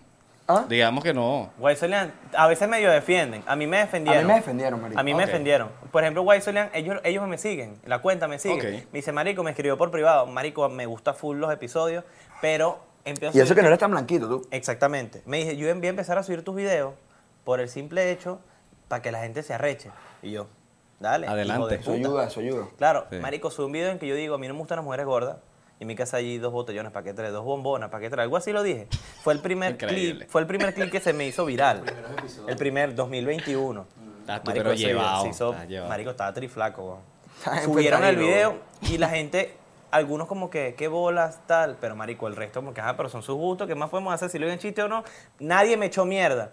¿Ah? Digamos que no. Guay Solian, a veces medio defienden. A mí me defendieron. A mí me defendieron, marico. A mí me Ok. defendieron. Por ejemplo, Guay Solian, ellos, ellos me siguen, la cuenta me sigue. Ok. Me dice, Marico, me escribió por privado. Marico, me gusta full los episodios, pero empiezo Y a eso que subir- no eres tan blanquito, tú. Exactamente. Me dice, yo voy a empezar a subir tus videos por el simple hecho para que la gente se arreche. Y yo, dale. hijo Adelante. de Eso puta. ayuda, eso ayuda. Claro, Sí. marico, subí un video en que yo digo, a mí no me gustan las mujeres gordas. Y en mi casa hay dos botellones, ¿para qué traer? Dos bombonas, ¿para qué traer? Algo así lo dije. Fue el primer Increíble. clip, fue el primer clip que se me hizo viral. El primer 2021. Ah, tú, pero se- llevado, se hizo- está llevado. Marico, estaba triflaco. weón. Ay, Subieron el fentanilo, video y la gente, algunos como que, qué bolas, tal. Pero marico, el resto como que, ajá, pero son sus gustos, ¿qué más podemos hacer? Si lo ven chiste o no. Nadie me echó mierda.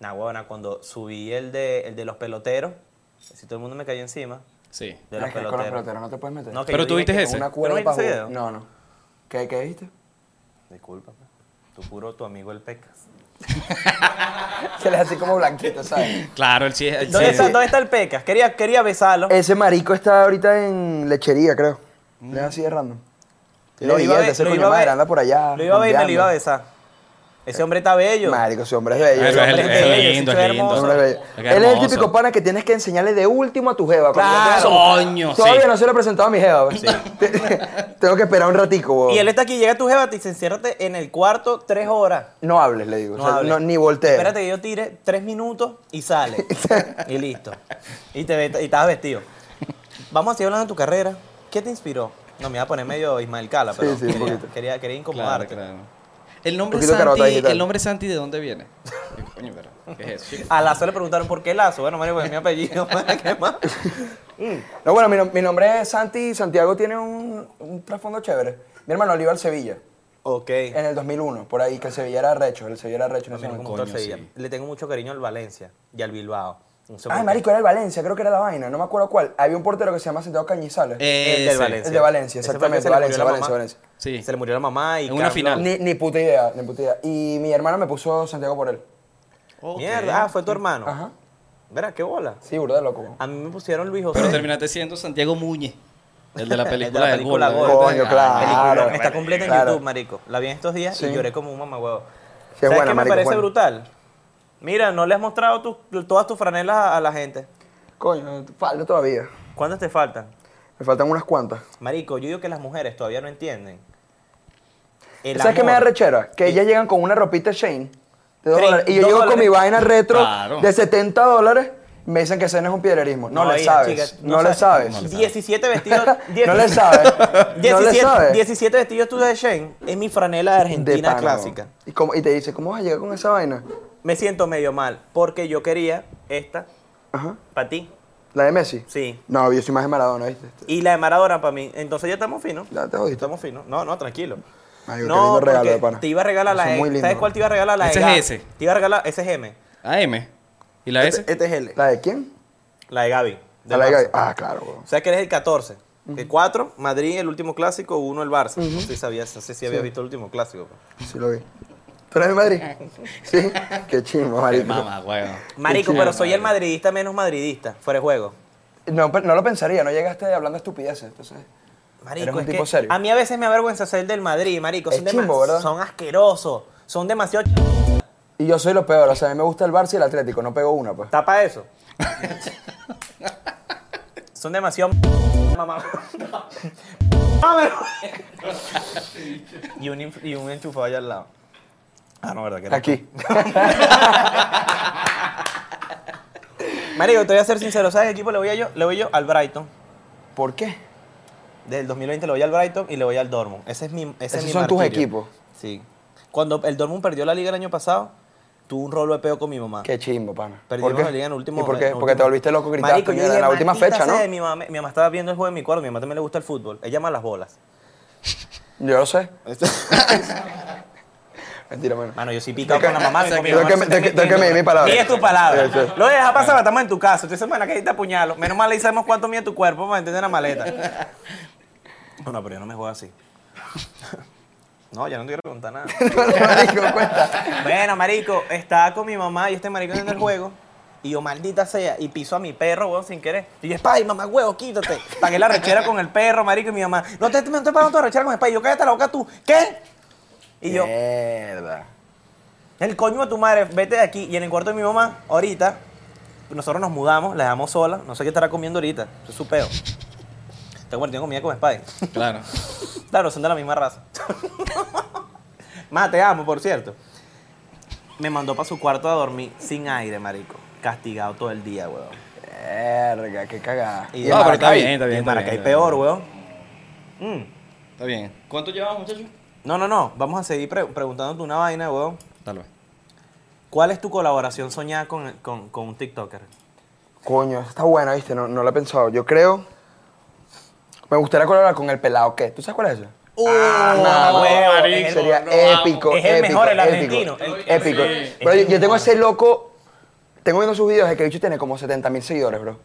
Nah, huevona, cuando subí el de, el de los peloteros, si todo el mundo me cayó encima. Sí. De Pero los es que con los peloteros. peloteros no te puedes meter. No, que Pero yo tú diga viste que ese. no. Una ¿Tú no cuerda viste para ese jugar. video? No, no. ¿Qué, qué dijiste? Disculpa, pues. tu puro tu amigo el Pecas. Se les así como blanquito, ¿sabes? Claro, él sí es. él ¿Dónde, sí está, es- dónde está el Pecas? Quería, quería besarlo. Ese marico está ahorita en lechería, creo. Le Es así de random. Tiene Lo iba a billetes, ver- ese lo coño iba a madre, ver- anda por allá. Lo iba a ver y me lo rumbeando. iba a besar. Ese hombre está bello. Marico, ese hombre es bello. Pero ese es, el- hombre Hombre, es bello, ese lindo, chico es es lindo. hermoso. Hombre bello. Es Él es el hermoso. típico pana que tienes que enseñarle de último a tu jeva. cuando ya te Claro. agarra. Coño, sí. Todavía no se lo he presentado a mi jeva. pues. Tengo que esperar un ratico, weón. Y él está aquí, llega tu jeva, te dice, enciérrate en el cuarto tres horas. No hables, le digo. No o sea, hables. no- ni voltees. Espérate que yo tire tres minutos y sale. y listo. Y te ve- y estabas vestido. Vamos a seguir hablando de tu carrera. ¿Qué te inspiró? No, me iba a poner medio Ismael Cala, Sí, pero sí, un quería, poquito. quería, quería Claro, incomodarte. claro. El nombre, Poquito carota Santi, digital. el nombre Santi, ¿de dónde viene? Coño, pero, ¿qué es eso? chico? A Lazo le preguntaron por qué Lazo. Bueno, Mario, pues es mi apellido. ¿Qué más? No, bueno, mi, nom- mi nombre es Santi. Santiago tiene un, un trasfondo chévere. Mi hermano lo iba al Sevilla Ok. en el 2001, por ahí, que el Sevilla era recho. El Sevilla era recho en ese Mira cómo momento. está el coño, Sevilla. sí. Le tengo mucho cariño al Valencia y al Bilbao. No sé por Ay, qué. marico, era el Valencia, creo que era la vaina, no me acuerdo cuál. Había un portero que se llama Santiago Cañizales. Eh, El del sí. Valencia. El de Valencia, Ese fue el exactamente, que se le Valencia, murió la Valencia, mamá. Valencia. Sí. Se le murió la mamá y En una final. Ni, ni puta idea, ni puta idea. Y mi hermano me puso Santiago por él. Ok. Mierda, ah, fue tu hermano. Ajá. Verás, qué bola. Sí, burda de loco. A mí me pusieron Luis José. Pero terminaste siendo Santiago Muñe. El de la película, la del película gol, Gol. ¿verdad? Coño, Ah, Película, claro. está completa en Claro. YouTube, marico. La vi en estos días y Sí. lloré como un mamagüevo. Sí, es ¿Sabes buena, qué me marico, parece buena. brutal? Mira, no le has mostrado tus- todas tus franelas a, a la gente. Coño, falta todavía. ¿Cuántas te faltan? Me faltan unas cuantas. Marico, yo digo que las mujeres todavía no entienden. El ¿Sabes qué me da amor. rechera? Que ellas llegan con una ropita Shane Tre- de dólares. Y yo dos llego con dólares. mi vaina retro Claro. de 70 dólares. y Me dicen que ese no es un piedrerismo. No, le hija, sabes. chica, no, le sabes. No le sabes. 17 vestidos. No le sabes. No le 17, sabes. 17 vestidos tú de Shane es mi franela de De Argentina pana, clásica. weón. Y, como- y te dice, ¿cómo vas a llegar con esa vaina? Me siento medio mal porque yo quería esta Ajá. para ti. ¿La de Messi? Sí. No, yo soy más de Maradona, ¿viste? Este, Y la de Maradona para mí. Entonces ya estamos finos. Ya te jodiste. Estamos finos. No, no, tranquilo. Marico, qué no, lindo regalo porque de pana. te iba a regalar la Eso es muy E. lindo, ¿Sabes cuál te iba a regalar la E? Ese es ese. Te iba a regalar, ese es M. AM. Ah, ¿Y la S? Este, este es L. ¿La de quién? La de Gaby. La del de Barça. Gaby. Ah, claro, bro. O sea que eres el 14. El 4, Madrid, el último clásico, 1 el Barça. No sé si sabías, no sé si había visto el último clásico. pues. Sí lo vi. ¿Tú eres de Madrid? Sí. Qué chimbo, marico. Mamá, weón. Marico, pero soy el madridista menos madridista, fuera de juego. No, pe- no lo pensaría, no llegaste hablando estupideces, entonces. Marico, Eres un es tipo que serio. a mí a veces me avergüenza ser del Madrid, marico. Es Son, dema- chimbo, ¿verdad? son asquerosos, son demasiado... ch- Y yo soy lo peor, o sea, a mí me gusta el Barça y el Atlético, no pego una, pues. Tapa eso. son demasiado... mamá. Mamá, y, un inf- y un enchufado allá al lado. Ah, no, verdad que no. Aquí. Marico, te voy a ser sincero, ¿sabes qué equipo le voy a yo? Le voy yo al Brighton. ¿Por qué? Desde el 2020 le voy al Brighton y le voy al Dortmund. Ese es mi ese es Esos mi son tus martirio. equipos. Sí. Cuando el Dortmund perdió la liga el año pasado, tuvo un rolo de peo con mi mamá. Qué chimbo, pana. Perdimos ¿Por qué? la liga en el último ¿Y por qué? en el Porque te último- volviste loco gritando Marico, yo mierda, en dije, la última "Maldita fecha, ¿no? sea", Mi mamá, mi mamá estaba viendo el juego de mi cuarto, mi mamá también le gusta el fútbol. Ella ama las bolas. Yo lo sé. Mentira, mano. Mano, yo sí picado con la mamá. O sea, mi que- mamá tengo se que- está tengo que- tengo que metiendo. medir mi palabra. Mide tu palabra. Sí, sí. Lo dejas pasar, estamos en tu casa. Tú dices, bueno, que ahí te apuñalo. Menos mal le sabemos cuánto mide tu cuerpo para entender la maleta. No, no, pero yo no me juego así. No, ya no te quiero contar nada. Marico, cuenta. Bueno, marico, estaba con mi mamá y este marico en el juego. Y yo, maldita sea, y piso a mi perro, weón, sin querer. Y yo, Spy, mamá, huevo, quítate. Pagué la rechera con el perro, marico, y mi mamá, no te, no te estoy pagando tu rechera con Spy. Y yo, cállate la boca tú, ¿qué? Y yo, Mierda. el coño de tu madre, vete de aquí. Y en el cuarto de mi mamá, ahorita, nosotros nos mudamos, la dejamos sola. No sé qué estará comiendo ahorita, eso es su peo. Está compartiendo comida con Spy. Claro. Claro, son de la misma raza. Más te amo, por cierto. Me mandó para su cuarto a dormir sin aire, marico. Castigado todo el día, weón. Verga, qué cagada. Y- en No, pero está Maracay? bien, está Y en Maracay está bien. peor, weón. Mm. Está bien. ¿Cuánto llevamos, muchachos? No, no, no. Vamos a seguir pre- preguntándote una vaina, weón. Tal vez. ¿Cuál es tu colaboración soñada con, con- con un TikToker? Coño, está buena, viste, no, no lo he pensado. Yo creo. Me gustaría colaborar con el pelado ¿qué? ¿Tú sabes cuál es ese? Ah, no, huevo, Oh, marico, es el- Sería no, épico. Es el mejor, el épico, argentino. Épico. El- épico. Sí. Pero yo, yo tengo ese loco. Tengo viendo sus videos de que el bicho tiene como 70 mil seguidores, bro.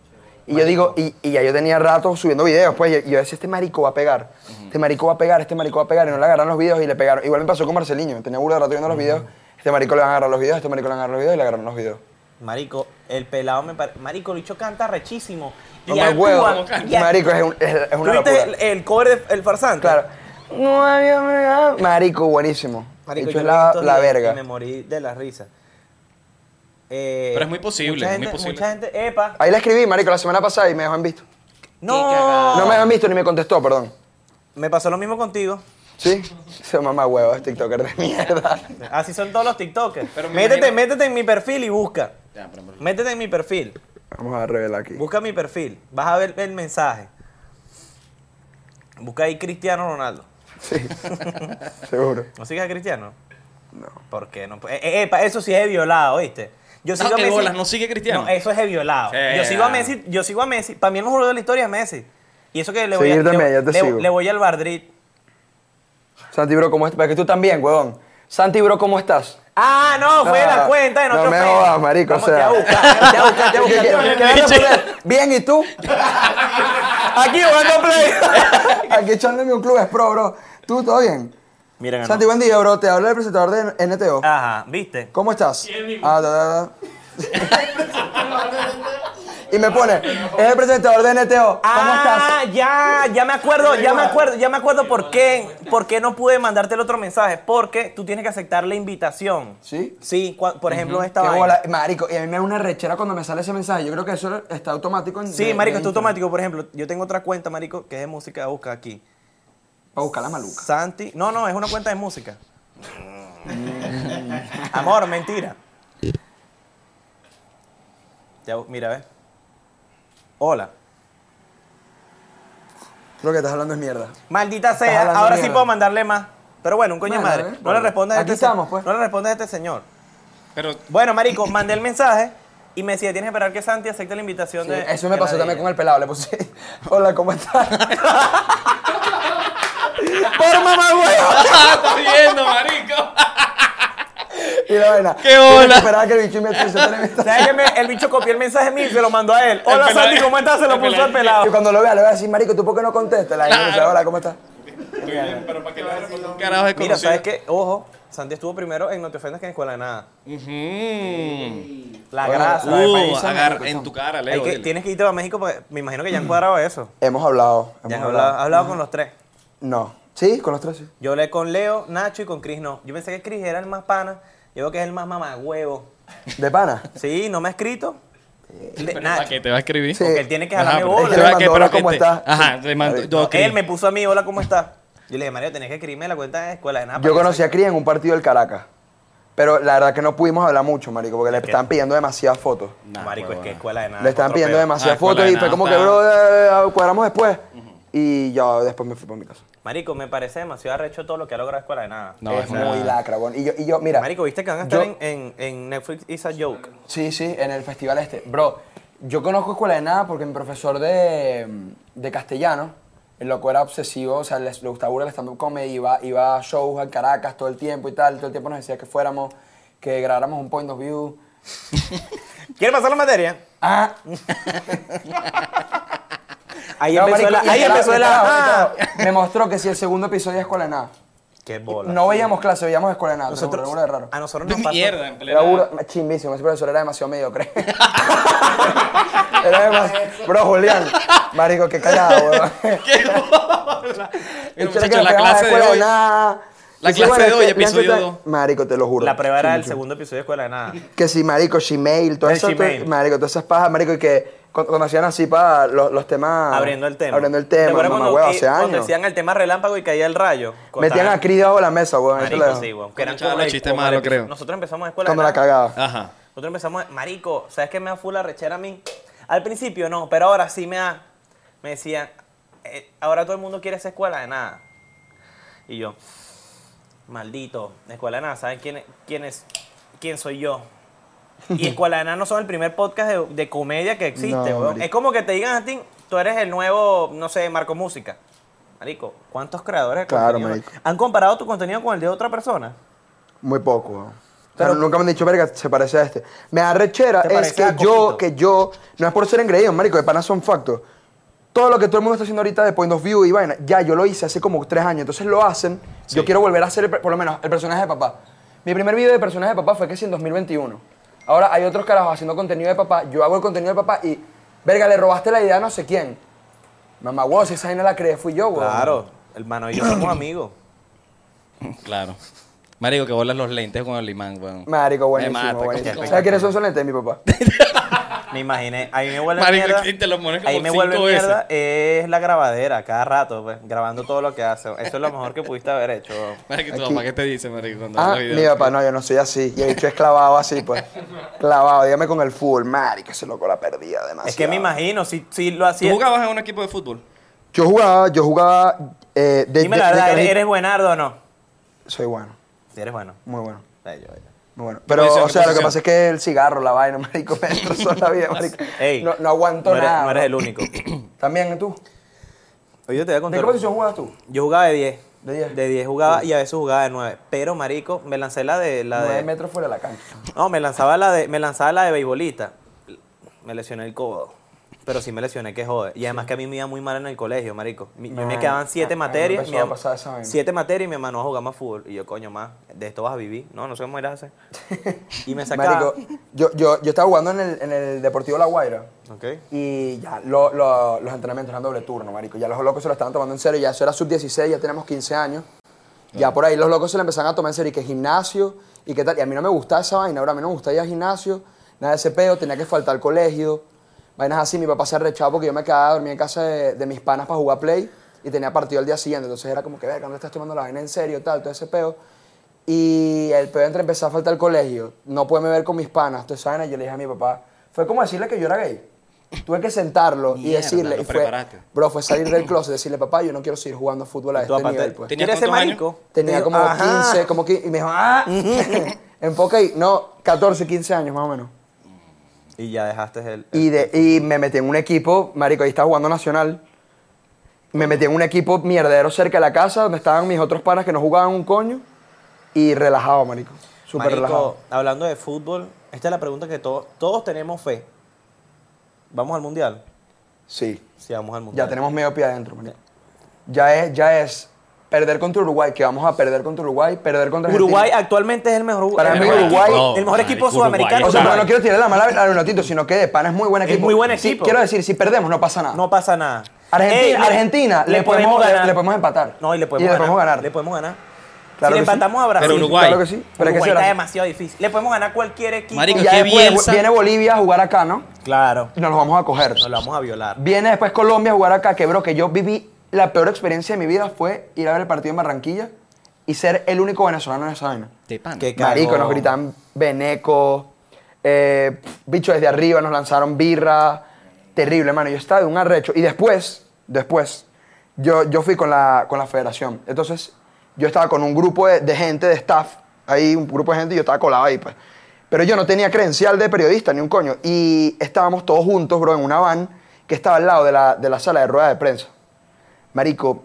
Y yo digo, y, y ya yo tenía rato subiendo videos, pues. Y yo decía, este marico va a pegar. Este marico va a pegar, este marico va a pegar. Y no le agarraron los videos y le pegaron. Igual me pasó con Marcelinho. Tenía burro de rato viendo los videos. Este marico le van a agarrar los videos, este marico le van a agarrar los videos y le agarraron los videos. Marico, el pelado me parece. Marico, Lucho canta rechísimo. Y No me actúa, huevo. Este y act- Marico, es, un- es- es una ¿Tú locura. viste el, el cover del El Farsante? Claro. No había nada. Marico, buenísimo. Marico, yo Bicho es lo vi la, estos la días verga. Y me morí de la risa. Eh, Pero es muy posible, mucha es muy gente- posible. Mucha gente, epa. Ahí la escribí, marico, la semana pasada y me dejó en visto. No, No me dejó en visto ni me contestó, perdón. me pasó lo mismo contigo. ¿Sí? Se mamá huevo, es TikToker de mierda. Así son todos los TikTokers. Pero me métete, imagino- métete en mi perfil y busca. Ya, pero- pero- Métete en mi perfil. Vamos a revelar aquí. Busca mi perfil. Vas a ver el mensaje. Busca ahí Cristiano Ronaldo. Sí. Seguro. ¿No sigues a Cristiano? No. ¿Por qué no? Eh, eh, epa, eso sí es violado, ¿viste? Yo No, Ah, qué bolas, no sigue Cristiano. No, eso es violado. Sí, yo sigo a ah. Messi, yo sigo a Messi. Para mí el mejor jugador de la historia es Messi. Y eso que le voy Sí, a yo también, yo te le- sigo. le voy al Madrid. Santi, bro, ¿cómo estás? Para que tú también, huevón. Santi, bro, ¿cómo estás? Ah, no, fue No, la cuenta de no nosotros. me jodas, marico, o sea. Te va a buscar, te va a buscar, te va a ¿Qué- buscar, qué- te va a qué buscar. vas a poner? Bien, ¿y tú? Aquí jugando play. Aquí echándome un club es pro, bro. ¿Tú, todo bien? Mira, ganó. Santi, buen día, bro. Te habla el presentador de NTO. Ajá, ¿viste? ¿Cómo estás? Ah, da, da, da. y me pone, es el presentador de NTO. ¿Cómo Ah, ya, ya me acuerdo, ya me acuerdo, ya me acuerdo por qué, por qué no pude mandarte el otro mensaje. Porque tú tienes que aceptar la invitación. ¿Sí? Sí, cua- por ejemplo, esta estás? Qué vaina. bola, marico. Y a mí me da una rechera cuando me sale ese mensaje. Yo creo que eso está automático. En, Sí, de- marico, de está Instagram. automático. Por ejemplo, yo tengo otra cuenta, marico, que es de música, busca aquí. Para buscar la maluca. Santi. No, no, es una cuenta de música. Amor, mentira. Ya, mira, ve. Hola. Lo que estás hablando es mierda. Maldita sea, hablando ahora sí mierda. puedo mandarle más. Pero bueno, un coño de Bueno, madre. ¿eh? No le respondas a Aquí este se- estamos, pues. No le respondas a este señor. Pero Bueno, marico, mandé el mensaje y me decía, tienes que esperar que Santi acepte la invitación Sí, de... eso me pasó también con el pelado. Le puse, hola, ¿cómo estás? ¡Por mamá, huevo! ¡Estás viendo, marico! Y la vaina. ¡Qué bola! Yo Esperaba que el bicho me puso tremendo. ¿Sabes que me- el bicho copió el mensaje mío y se lo mandó a él? El Hola pelado. Santi, ¿cómo estás? Se lo El puso al pelado. Y pelado. cuando lo vea, le voy a decir, marico, ¿tú por qué no contestas? La gente dice, hola, ¿cómo estás? Muy bien, pero para que le hagas un carajo de Mira, conocido. ¿sabes qué? Ojo, Santi estuvo primero en No te ofendas que en Escuela de Nada. Ujú. La Bueno, grasa. Sabe, Uh, paisa, agarra marico, en tu cara, Hay Leo. que- dile. tienes que irte a México, porque me imagino que ya han cuadrado eso. Hemos hablado. Ya hemos has hablado, Ah. has hablado con los tres. No. ¿Sí? Con los tres, sí. Yo hablé con Leo, Nacho y con Chris no. Yo pensé que Chris era el más pana. Yo veo que es el más mamagüevo. ¿De pana? Sí, no me ha escrito. Le- Pero ¿Para Nacho. qué te va a escribir? Sí. Porque él tiene que Ajá, jalarme pero- bola. Es que le ¿para qué? mandó, ¿Pero hola, ¿cómo qué te- estás? Ajá, le mandó. Ahí. yo, No, ok. él me puso a mí, hola, ¿cómo estás? Yo le dije, Mario, tenés que escribirme la cuenta de escuela de nada. Yo para conocí a Cris en un partido del Caracas. Pero la verdad que no pudimos hablar mucho, marico, porque le estaban pidiendo demasiadas fotos. que- No, Marico, es que escuela de nada. le es estaban otro pidiendo peo. Ah, demasiadas escuela fotos de y fue nada, como que, está. bro, eh, eh, cuadramos después. Y ya después me fui para mi casa. Marico, me parece demasiado arrecho todo lo que ha logrado escuela de nada. No, es es una- muy lacra, bueno. Y yo, y yo, mira. Marico, viste que van a estar yo- en, en- en Netflix Is a Joke. Sí, sí, en el festival este. Bro, yo conozco Escuela de Nada porque mi profesor de, de castellano, el loco era obsesivo, o sea, le, le gustaba burda el stand-up comedy, iba, iba a shows a Caracas todo el tiempo y tal, todo el tiempo nos decía que fuéramos, que grabáramos un point of view. ¿Quieres pasar la materia? Ah, Ahí no, empezó marico, la... y Ahí estaba- empezó la... estaba- ah. Me mostró que si el segundo episodio de Escuela de Nada. ¡Qué bola! No veíamos clase, veíamos Escuela de Nada. Nosotros, era burda de raro. A nosotros De nos pasó... mierda, en Era plena. burda- chimbísimo, ese profesor era demasiado mediocre. era demasiado... Bro, Julián, marico, qué callado, weón. ¡Qué bola! El Mira, chale muchachos, que nos la pegamos clase de escuela hoy. nada. La Dice, clase bueno, de es hoy, que Bianca episodio está- dos. Marico, te lo juro. La prueba Sí, era el sí. segundo episodio de Escuela de Nada. Que si, marico, Gmail, todo El eso. Gmail. todo- Marico, todas esas pajas, marico, y que cuando, cuando hacían así para los, los temas. Abriendo el tema. Ah, Abriendo el ¿Te tema, acuerdas mamá, cuando- huevo, que- hace Cuando años. decían el tema relámpago y caía el rayo. Metían a Cortaban. Cris debajo de la mesa, weón. eso Marico, lo- sí, weón. Cuando echaban los chistes malos, creo. Nosotros empezamos a escuela Cuando de la nada. cagaba. Ajá. Nosotros empezamos, marico, ¿sabes qué me da full arrechera a mí? Al principio no, pero ahora sí me da. Me decían, eh, ahora todo el mundo quiere esa escuela de nada. Y yo, maldito, escuela de nada, ¿saben quién, es- quién es? ¿Quién soy yo? Y Escuela de Nada no son el primer podcast de, de comedia que existe, No, weón. marico. Es como que te digan a ti, tú eres el nuevo, no sé, Marco Música. Marico, ¿cuántos creadores de Claro, contenido marico. han comparado tu contenido con el de otra persona? Muy poco, weón. O sea, Pero- nunca me han dicho, verga, se parece a este. Me da rechera, Te es parece que a yo, Coquito. que yo, no es por ser engreído, marico, de pana son factos. Todo lo que todo el mundo está haciendo ahorita de point of view y vaina, ya yo lo hice hace como tres años, entonces lo hacen. Yo quiero volver a hacer, el per- por lo menos, el personaje de papá. Mi primer video de personaje de papá fue que sí en 2021. Ahora hay otros carajos haciendo contenido de papá, yo hago el contenido de papá y, verga, le robaste la idea a no sé quién. Mamá, wow, si esa vaina la creé, fui yo, weón. Claro, hermano, y yo somos amigos. Claro. Marico, que bolas los lentes con el imán, weón. Marico, buenísimo, Me mata. buenísimo. ¿cómo- ¿Sabes quiénes son solentes? Mi papá. Me imaginé, ahí me vuelve Marico, mierda. que te lo pones como ahí me cinco vuelve veces. mierda es la grabadera cada rato, pues, grabando todo lo que hace. Eso es lo mejor que pudiste haber hecho. Marico, tu Aquí. papá, ¿qué te dice, Marico, cuando Ah, ves los mi videos? papá, no, yo no soy así. Y el bicho es clavado así, pues. Clavado, dígame con el fútbol. Marico, ese loco la perdía demasiado. Es que me imagino, si, si lo ¿Tú hacías. jugabas en un equipo de fútbol? Yo jugaba, yo jugaba. eh, de, Dime de- la verdad, de ¿eres, carajito. eres buenardo o no? Soy bueno, Si eres bueno. muy bueno. Ay, yo- yo. Muy bueno. Pero, posición, o qué sea, lo que posición? pasa es que el cigarro, la vaina, marico, me destrozó la vida, marico. Ey, no, no aguanto no eres, nada. No eres el bro. único. También tú. Hoy yo te voy a contar. ¿De qué posición jugabas tú? Yo jugaba de 10. ¿De 10? De 10 jugaba y a veces jugaba de 9. Pero, marico, me lancé la de. La Nueve de metros fuera de la cancha. No, me lanzaba la de, me lanzaba la de beisbolista. Me lesioné el codo. Pero sí me lesioné, que jode. Y además que a mí me iba muy mal en el colegio, marico. Mi- yo me Man, quedaban a- siete a mí me materias. empezó mi a am- pasar esa vaina. siete materias y mi mamá no va a jugar más fútbol. Y yo, coño, más, de esto vas a vivir. No, no sé cómo irás a hacer. Y me sacaba. Marico, yo, yo, yo estaba jugando en el, en el Deportivo La Guaira. Ok. Y ya, lo- lo- los entrenamientos eran doble turno, marico. Ya los locos se lo estaban tomando en serio. Ya eso era sub-16, ya tenemos 15 años. Ya por ahí los locos se lo empezaron a tomar en serio. Y que gimnasio y qué tal. Y a mí no me gustaba esa vaina, ahora a mí no me gustaba ir al gimnasio. Nada de ese peo, tenía que faltar al colegio. Vainas así, mi papá se arrechaba porque yo me quedaba a dormir en casa de, de mis panas para jugar play. Y tenía partido al día siguiente. Entonces era como que, verga, no te estás tomando la vaina en serio, tal, todo ese peo. Y el peor entre empezar a faltar al colegio, no pude ver con mis panas, tú sabes, yo le dije a mi papá, fue como decirle que yo era gay. Tuve que sentarlo y Mierda, decirle, lo y fue, preparaste. bro, fue salir del closet, decirle, papá, yo no quiero seguir jugando fútbol a Y tú este aparte, nivel, pues. ¿Tenías ¿Quieres ser cuántos años? marico? Tenía Te- como ajá. 15, como 15, y me dijo, ah, en poca y, no, 14, 15 años más o menos. Y ya dejaste el. Y, de, y me metí en un equipo, marico, ahí estaba jugando nacional. me metí en un equipo mierdero cerca de la casa donde estaban mis otros panas que no jugaban un coño y relajado, marico. Súper Marico, relajado. Hablando de fútbol, esta es la pregunta que todos, todos tenemos fe. ¿Vamos al mundial? Sí. Sí, vamos al mundial. Ya tenemos medio pie adentro, marico. Ya es, ya es perder contra Uruguay, que vamos a perder contra Uruguay, perder contra Argentina. Uruguay actualmente es el mejor, Para el mí mejor Uruguay- equipo, el mejor No, equipo marico, sudamericano. Uruguay, O sea, Claro. pero no quiero tirarle la mala a Leonotito, sino que de pana es muy buen equipo. muy buen Sí, equipo. quiero decir, si perdemos no pasa nada. No pasa nada. Argentina, Ey, le- Argentina, le, podemos, le- ganar. le podemos empatar. No, y le podemos, le podemos ganar. Le podemos ganar. Claro si le que sí. empatamos a Brasil. Pero Uruguay. Claro que sí. Pero hay que Uruguay ser está así. demasiado difícil. Le podemos ganar cualquier equipo. Marico, Y ya qué después Bielsa. viene Bolivia a jugar acá, ¿no? Claro. Y nos los vamos a coger. Nos lo vamos a violar. Viene después Colombia a jugar acá, que bro, que yo viví la peor experiencia de mi vida fue ir a ver el partido en Barranquilla y ser el único venezolano en esa vaina. De pana. Que- Qué Marico, cagón. nos gritaban veneco, eh, pf, bicho desde arriba, nos lanzaron birra. Terrible, mano. Yo estaba de un arrecho. Y después, después, yo, yo fui con la, con la federación. Entonces, yo estaba con un grupo de, de gente, de staff, ahí, un grupo de gente, y yo estaba colado ahí, pues. Pero yo no tenía credencial de periodista, ni un coño. Y estábamos todos juntos, bro, en una van que estaba al lado de la, de la sala de rueda de prensa. Marico,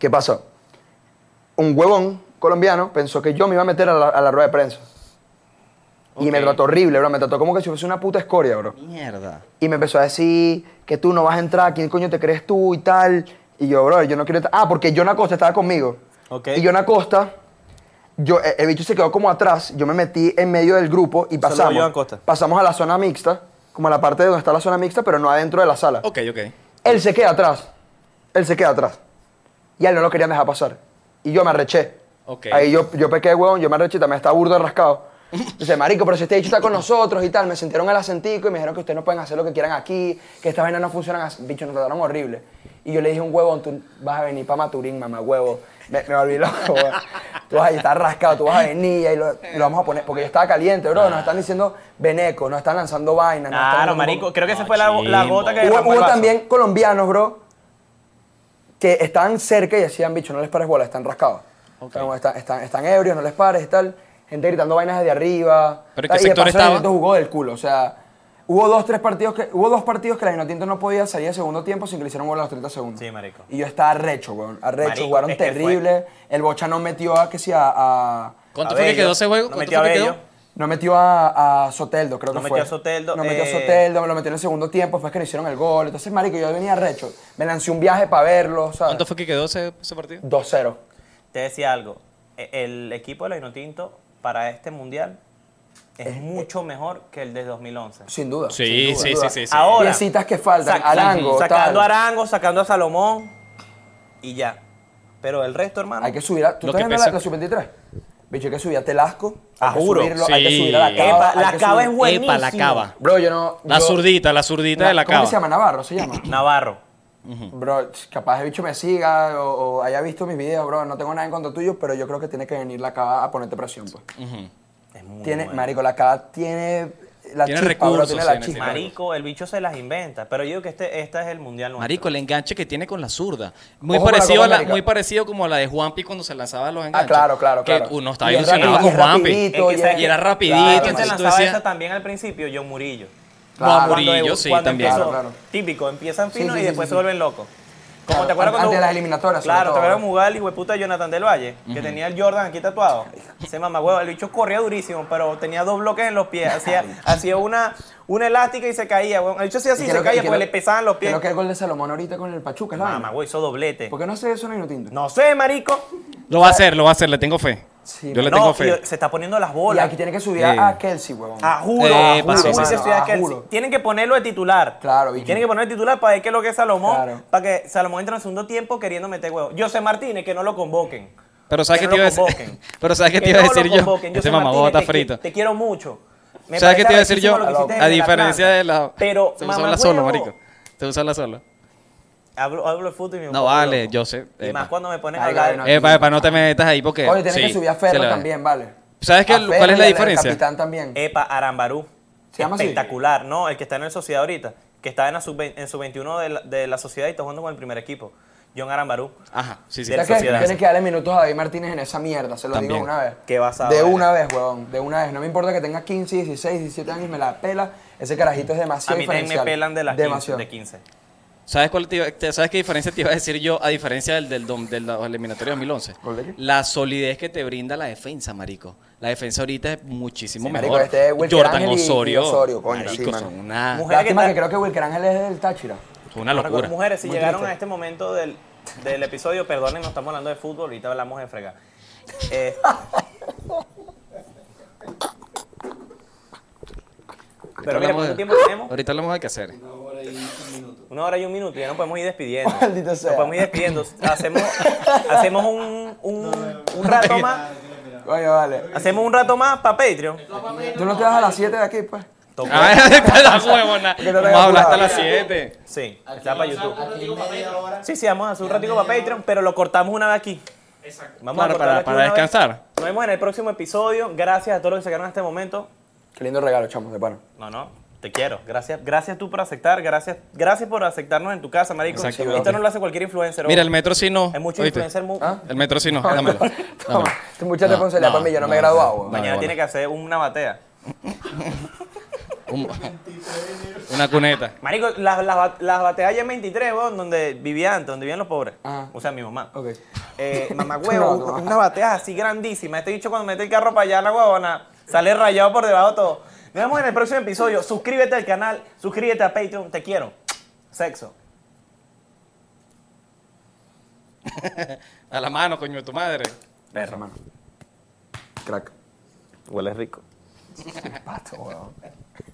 ¿qué pasó? un huevón colombiano pensó que yo me iba a meter a la, a la rueda de prensa. Y me Ok. trató horrible, bro. Me trató como que si fuese una puta escoria, bro. Mierda. Y me empezó a decir que tú no vas a entrar, ¿quién coño te crees tú y tal? Y yo, bro, yo no quiero entrar. Ah, porque John Acosta estaba conmigo. Ok. Y John Acosta, yo, eh, el bicho se quedó como atrás. Yo me metí en medio del grupo y Saludo, pasamos. John Acosta. Pasamos a la zona mixta, como a la parte de donde está la zona mixta, pero no adentro de la sala. Ok, ok. Él se queda atrás. Él se queda atrás. Y a él no lo querían dejar pasar. Y yo me arreché. Ok. Ahí yo, yo pequé, huevón, yo me arreché, también estaba burdo de rascado. Dice, marico, pero si este dicho está con nosotros y tal, me sintieron el acentico y me dijeron que ustedes no pueden hacer lo que quieran aquí, que estas vainas no funcionan así. Bicho, nos trataron horrible. Y yo le dije a un huevón, tú vas a venir para Maturín, mamá huevo. Me, me volví loco, huevón. Tú vas a estar rascado, tú vas a venir y lo, y lo vamos a poner. Porque yo estaba caliente, bro. Nos están diciendo veneco, nos están lanzando vainas. nos están Claro, dando como- marico. Creo que esa fue la, la chimbo. gota que Hubo, derramó el hubo vaso. también colombianos, bro, que estaban cerca y decían, bicho, no les pares bola, están rascados. Ok. Como están, están, están ebrios, no les pares, tal. Gente gritando vainas desde arriba. ¿Pero en tal, qué y de sector paso, estaba? Leonardo jugó del culo, o sea... Hubo dos, tres partidos que, hubo dos partidos que la Inotinto no podía salir al segundo tiempo sin que le hicieran gol a los 30 segundos. Sí, marico. Y yo estaba arrecho, weón. Arrecho, Marico, jugaron es que fue- terrible. El Bocha no metió a que sí a... a- ¿Cuánto A fue que Bello. quedó ese juego? No ¿Cuánto metió fue a que Bello. quedó? no metió a, a Soteldo, creo No que fue. metió a Soteldo, No metió a eh. Soteldo, me lo metió en el segundo tiempo, fue que le hicieron el gol. Entonces, marico, yo venía recho. Me lancé un viaje para verlo, ¿sabes? ¿Cuánto fue que quedó ese, ese partido? 2-0. Te decía algo. E- El equipo de la Inotinto para este mundial es mucho mejor que el de 2011. Sin duda. Sí, sin duda, sí, sin duda. sí, sí, sí. Ahora. Piecitas que faltan, sac- Arango, Sacando a tal. Arango, sacando a Salomón y ya. Pero el resto, hermano. Hay que subir a... ¿Tú Lo estás que viendo la, pesa. la sub-23? Bicho, hay que subir a Telasco. Ah, hay que juro. subirlo, Hay que Sí. subir a la cava. Epa, hay la que cava subir- es buenísima. Epa, la cava. Bro, yo no... La yo- zurdita, la zurdita de la ¿Cómo cava. que se llama? ¿Navarro se llama? Navarro. Bro, capaz el bicho me siga o, o haya visto mis videos, bro. No tengo nada en contra tuyo, pero yo creo que tiene que venir la cava a ponerte presión, pues. Es muy Tiene, bueno. marico, la cava tiene la Tiene chispa, bro, recursos, tiene sí, la en chispa. Ah, ese- Marico, el bicho se las inventa. Pero yo digo que este, este es el mundial nuestro. Marico, el enganche que tiene con la zurda. Muy Ojo con la parecido Copa a la, América. muy parecido como a la de Juanpi cuando se lanzaba los Ah, enganches. claro, claro, que claro. uno estaba Y es ilusionado rapi- con es Juanpi. rapidito, Es que se- Y era rapidito, Claro, ¿Quién se entonces marico. tú lanzaba decías- esa también al principio? John Murillo. Claro. Juan Cuando- Murillo, sí, cuando también. empezó, Claro, claro. Típico, empiezan Sí, finos sí, y sí, después sí, se sí. vuelven locos. Como Claro, te acuerdas an- cuando. antes de las eliminatorias, sobre Claro, todo, te acuerdas ¿no? como jugar el hueputa de Jonathan del Valle, que tenía el Jordan aquí tatuado. Ese mamagüevo, el bicho corría durísimo, pero tenía dos bloques en los pies. Hacía, hacía una, una elástica y se caía, weón. El bicho hacía así, creo se que- caía creo- porque le pesaban los pies. Creo que el gol de Salomón ahorita con el Pachuca es la vaina. Mamagüevo, hizo doblete. ¿Por qué no hace eso en Inotinto? No sé, marico. Lo va a hacer, lo va a hacer, le tengo fe. Sí, Yo le No, tengo y fe. se está poniendo las Y bolas. aquí tiene que subir Sí. a Kelsey, huevón. A juro, Eh, a juro, pasó, como dice mano, Ciudad a Kelsey. juro. Tienen que ponerlo de titular. Claro, bicho. Tienen que ponerlo de titular para ver qué es lo que es Salomón. Claro. Para que Salomón entre en el segundo tiempo queriendo meter huevo. José Martínez, que no lo convoquen. Pero sabes qué que no te iba a lo decir. convoquen. Pero sabes qué Que te iba a no lo decir yo. convoquen. Este José mamagüevo está Martínez, te- frito. Te quiero mucho. Me ¿Sabes parece qué te iba a decir yo? arrechísimo lo que hiciste en A el diferencia Atlanta. de la. Pero, Se usaba la sola, mamagüevo, marico. Se usaba la sola. Hablo, hablo de fútbol y me No pongo vale, loco. yo sé, Y epa. más cuando me pones a Ay, hablar. ay, no. Epa, epa, Eh, no te metas ahí porque. Oye, tienes que sí, subir a se Ferro le va. también, vale. ¿Sabes qué- A Ferro cuál es la y al- al diferencia? capitán también. Epa, Arambarú. ¿Se llama así? Espectacular, ¿no? El que está en el Sociedad ahorita, que está en la sub, en sub 21 de la, de la Sociedad y está jugando con el primer equipo. John Arambarú. Ajá, sí, sí. De O sea la que sociedad. tienes que darle minutos a David Martínez en esa mierda, se lo También. digo una vez. Qué basado De eres. una vez, huevón. De una vez. No me importa que tenga 15, 16, 17 años, me la pela. Ese carajito es A demasiado mí también me diferencial. pelan de las Demasiado. 15, de 15. ¿Sabes, cuál te iba- te- ¿Sabes qué diferencia te iba a decir yo a diferencia del, del, dom- del, eliminatorio 2011? ¿Cuál de qué? La solidez que te brinda la defensa, marico. La defensa ahorita es muchísimo Sí, mejor. marico, este es Wilker Jordan Ángel y- y Osorio. Osorio, coño, marico, sí, mano. son una, Mujer. Lástima que que tal- creo que Wilker Ángel es del Táchira. son una Bueno, locura. Mujeres, si Muy llegaron triste. a este momento del, del episodio, perdonen, no estamos hablando de fútbol, ahorita hablamos de fregar. Eh, pero mira, Hablamos ¿cuánto de- tiempo tenemos? Ahorita hablamos de qué hacer. Una hora y un minuto, ya no podemos ir despidiendo. Maldito sea. Nos podemos ir despidiendo. Hacemos, hacemos un, un, un rato más. Coño, vale. Hacemos un rato más para Patreon. Tú no te vas a las 7 de aquí, pues. Tocó. Ah, está la huevona. te Vamos tengas a hablar hasta cuidado. las 7. Sí, está para YouTube. Aquí media hora. Sí, sí, vamos a hacer un ratito para Patreon, pero lo cortamos una vez aquí. Exacto. Vamos Claro, a para, cortarlo para aquí una vez. descansar. Nos vemos en el próximo episodio. Gracias a todos los que sacaron hasta este momento. Qué lindo regalo, chamo, de pana. No, no, te quiero. Gracias, gracias tú por aceptar, gracias, gracias por aceptarnos en tu casa, marico. Exacto, Esto bro. no lo hace cualquier influencer. Mira, ojo. el metro sí no. hay muchos ¿oíste? influencers muy- ¿Ah? Este El metro sí no. Dámelo. Toma, Dámelo. tú mucha responsabilidad para mí, yo no me he graduado, weón. Mañana no, tiene que hacer una batea. Un- una cuneta. Marico, las, las, ba- las bateas ya en 23, weón, donde vivía antes, donde vivían los pobres. Ajá. O sea, mi mamá. Ok. Eh, mamá No, huevo, no. una batea así grandísima. Este bicho cuando mete el carro para allá, la huevona, sale rayado por debajo todo. Nos vemos en el próximo episodio. Suscríbete al canal, suscríbete a Patreon, te quiero. Sexo. A la mano, coño de tu madre. Perro, hermano. Crack. Huele rico. Pato, weón.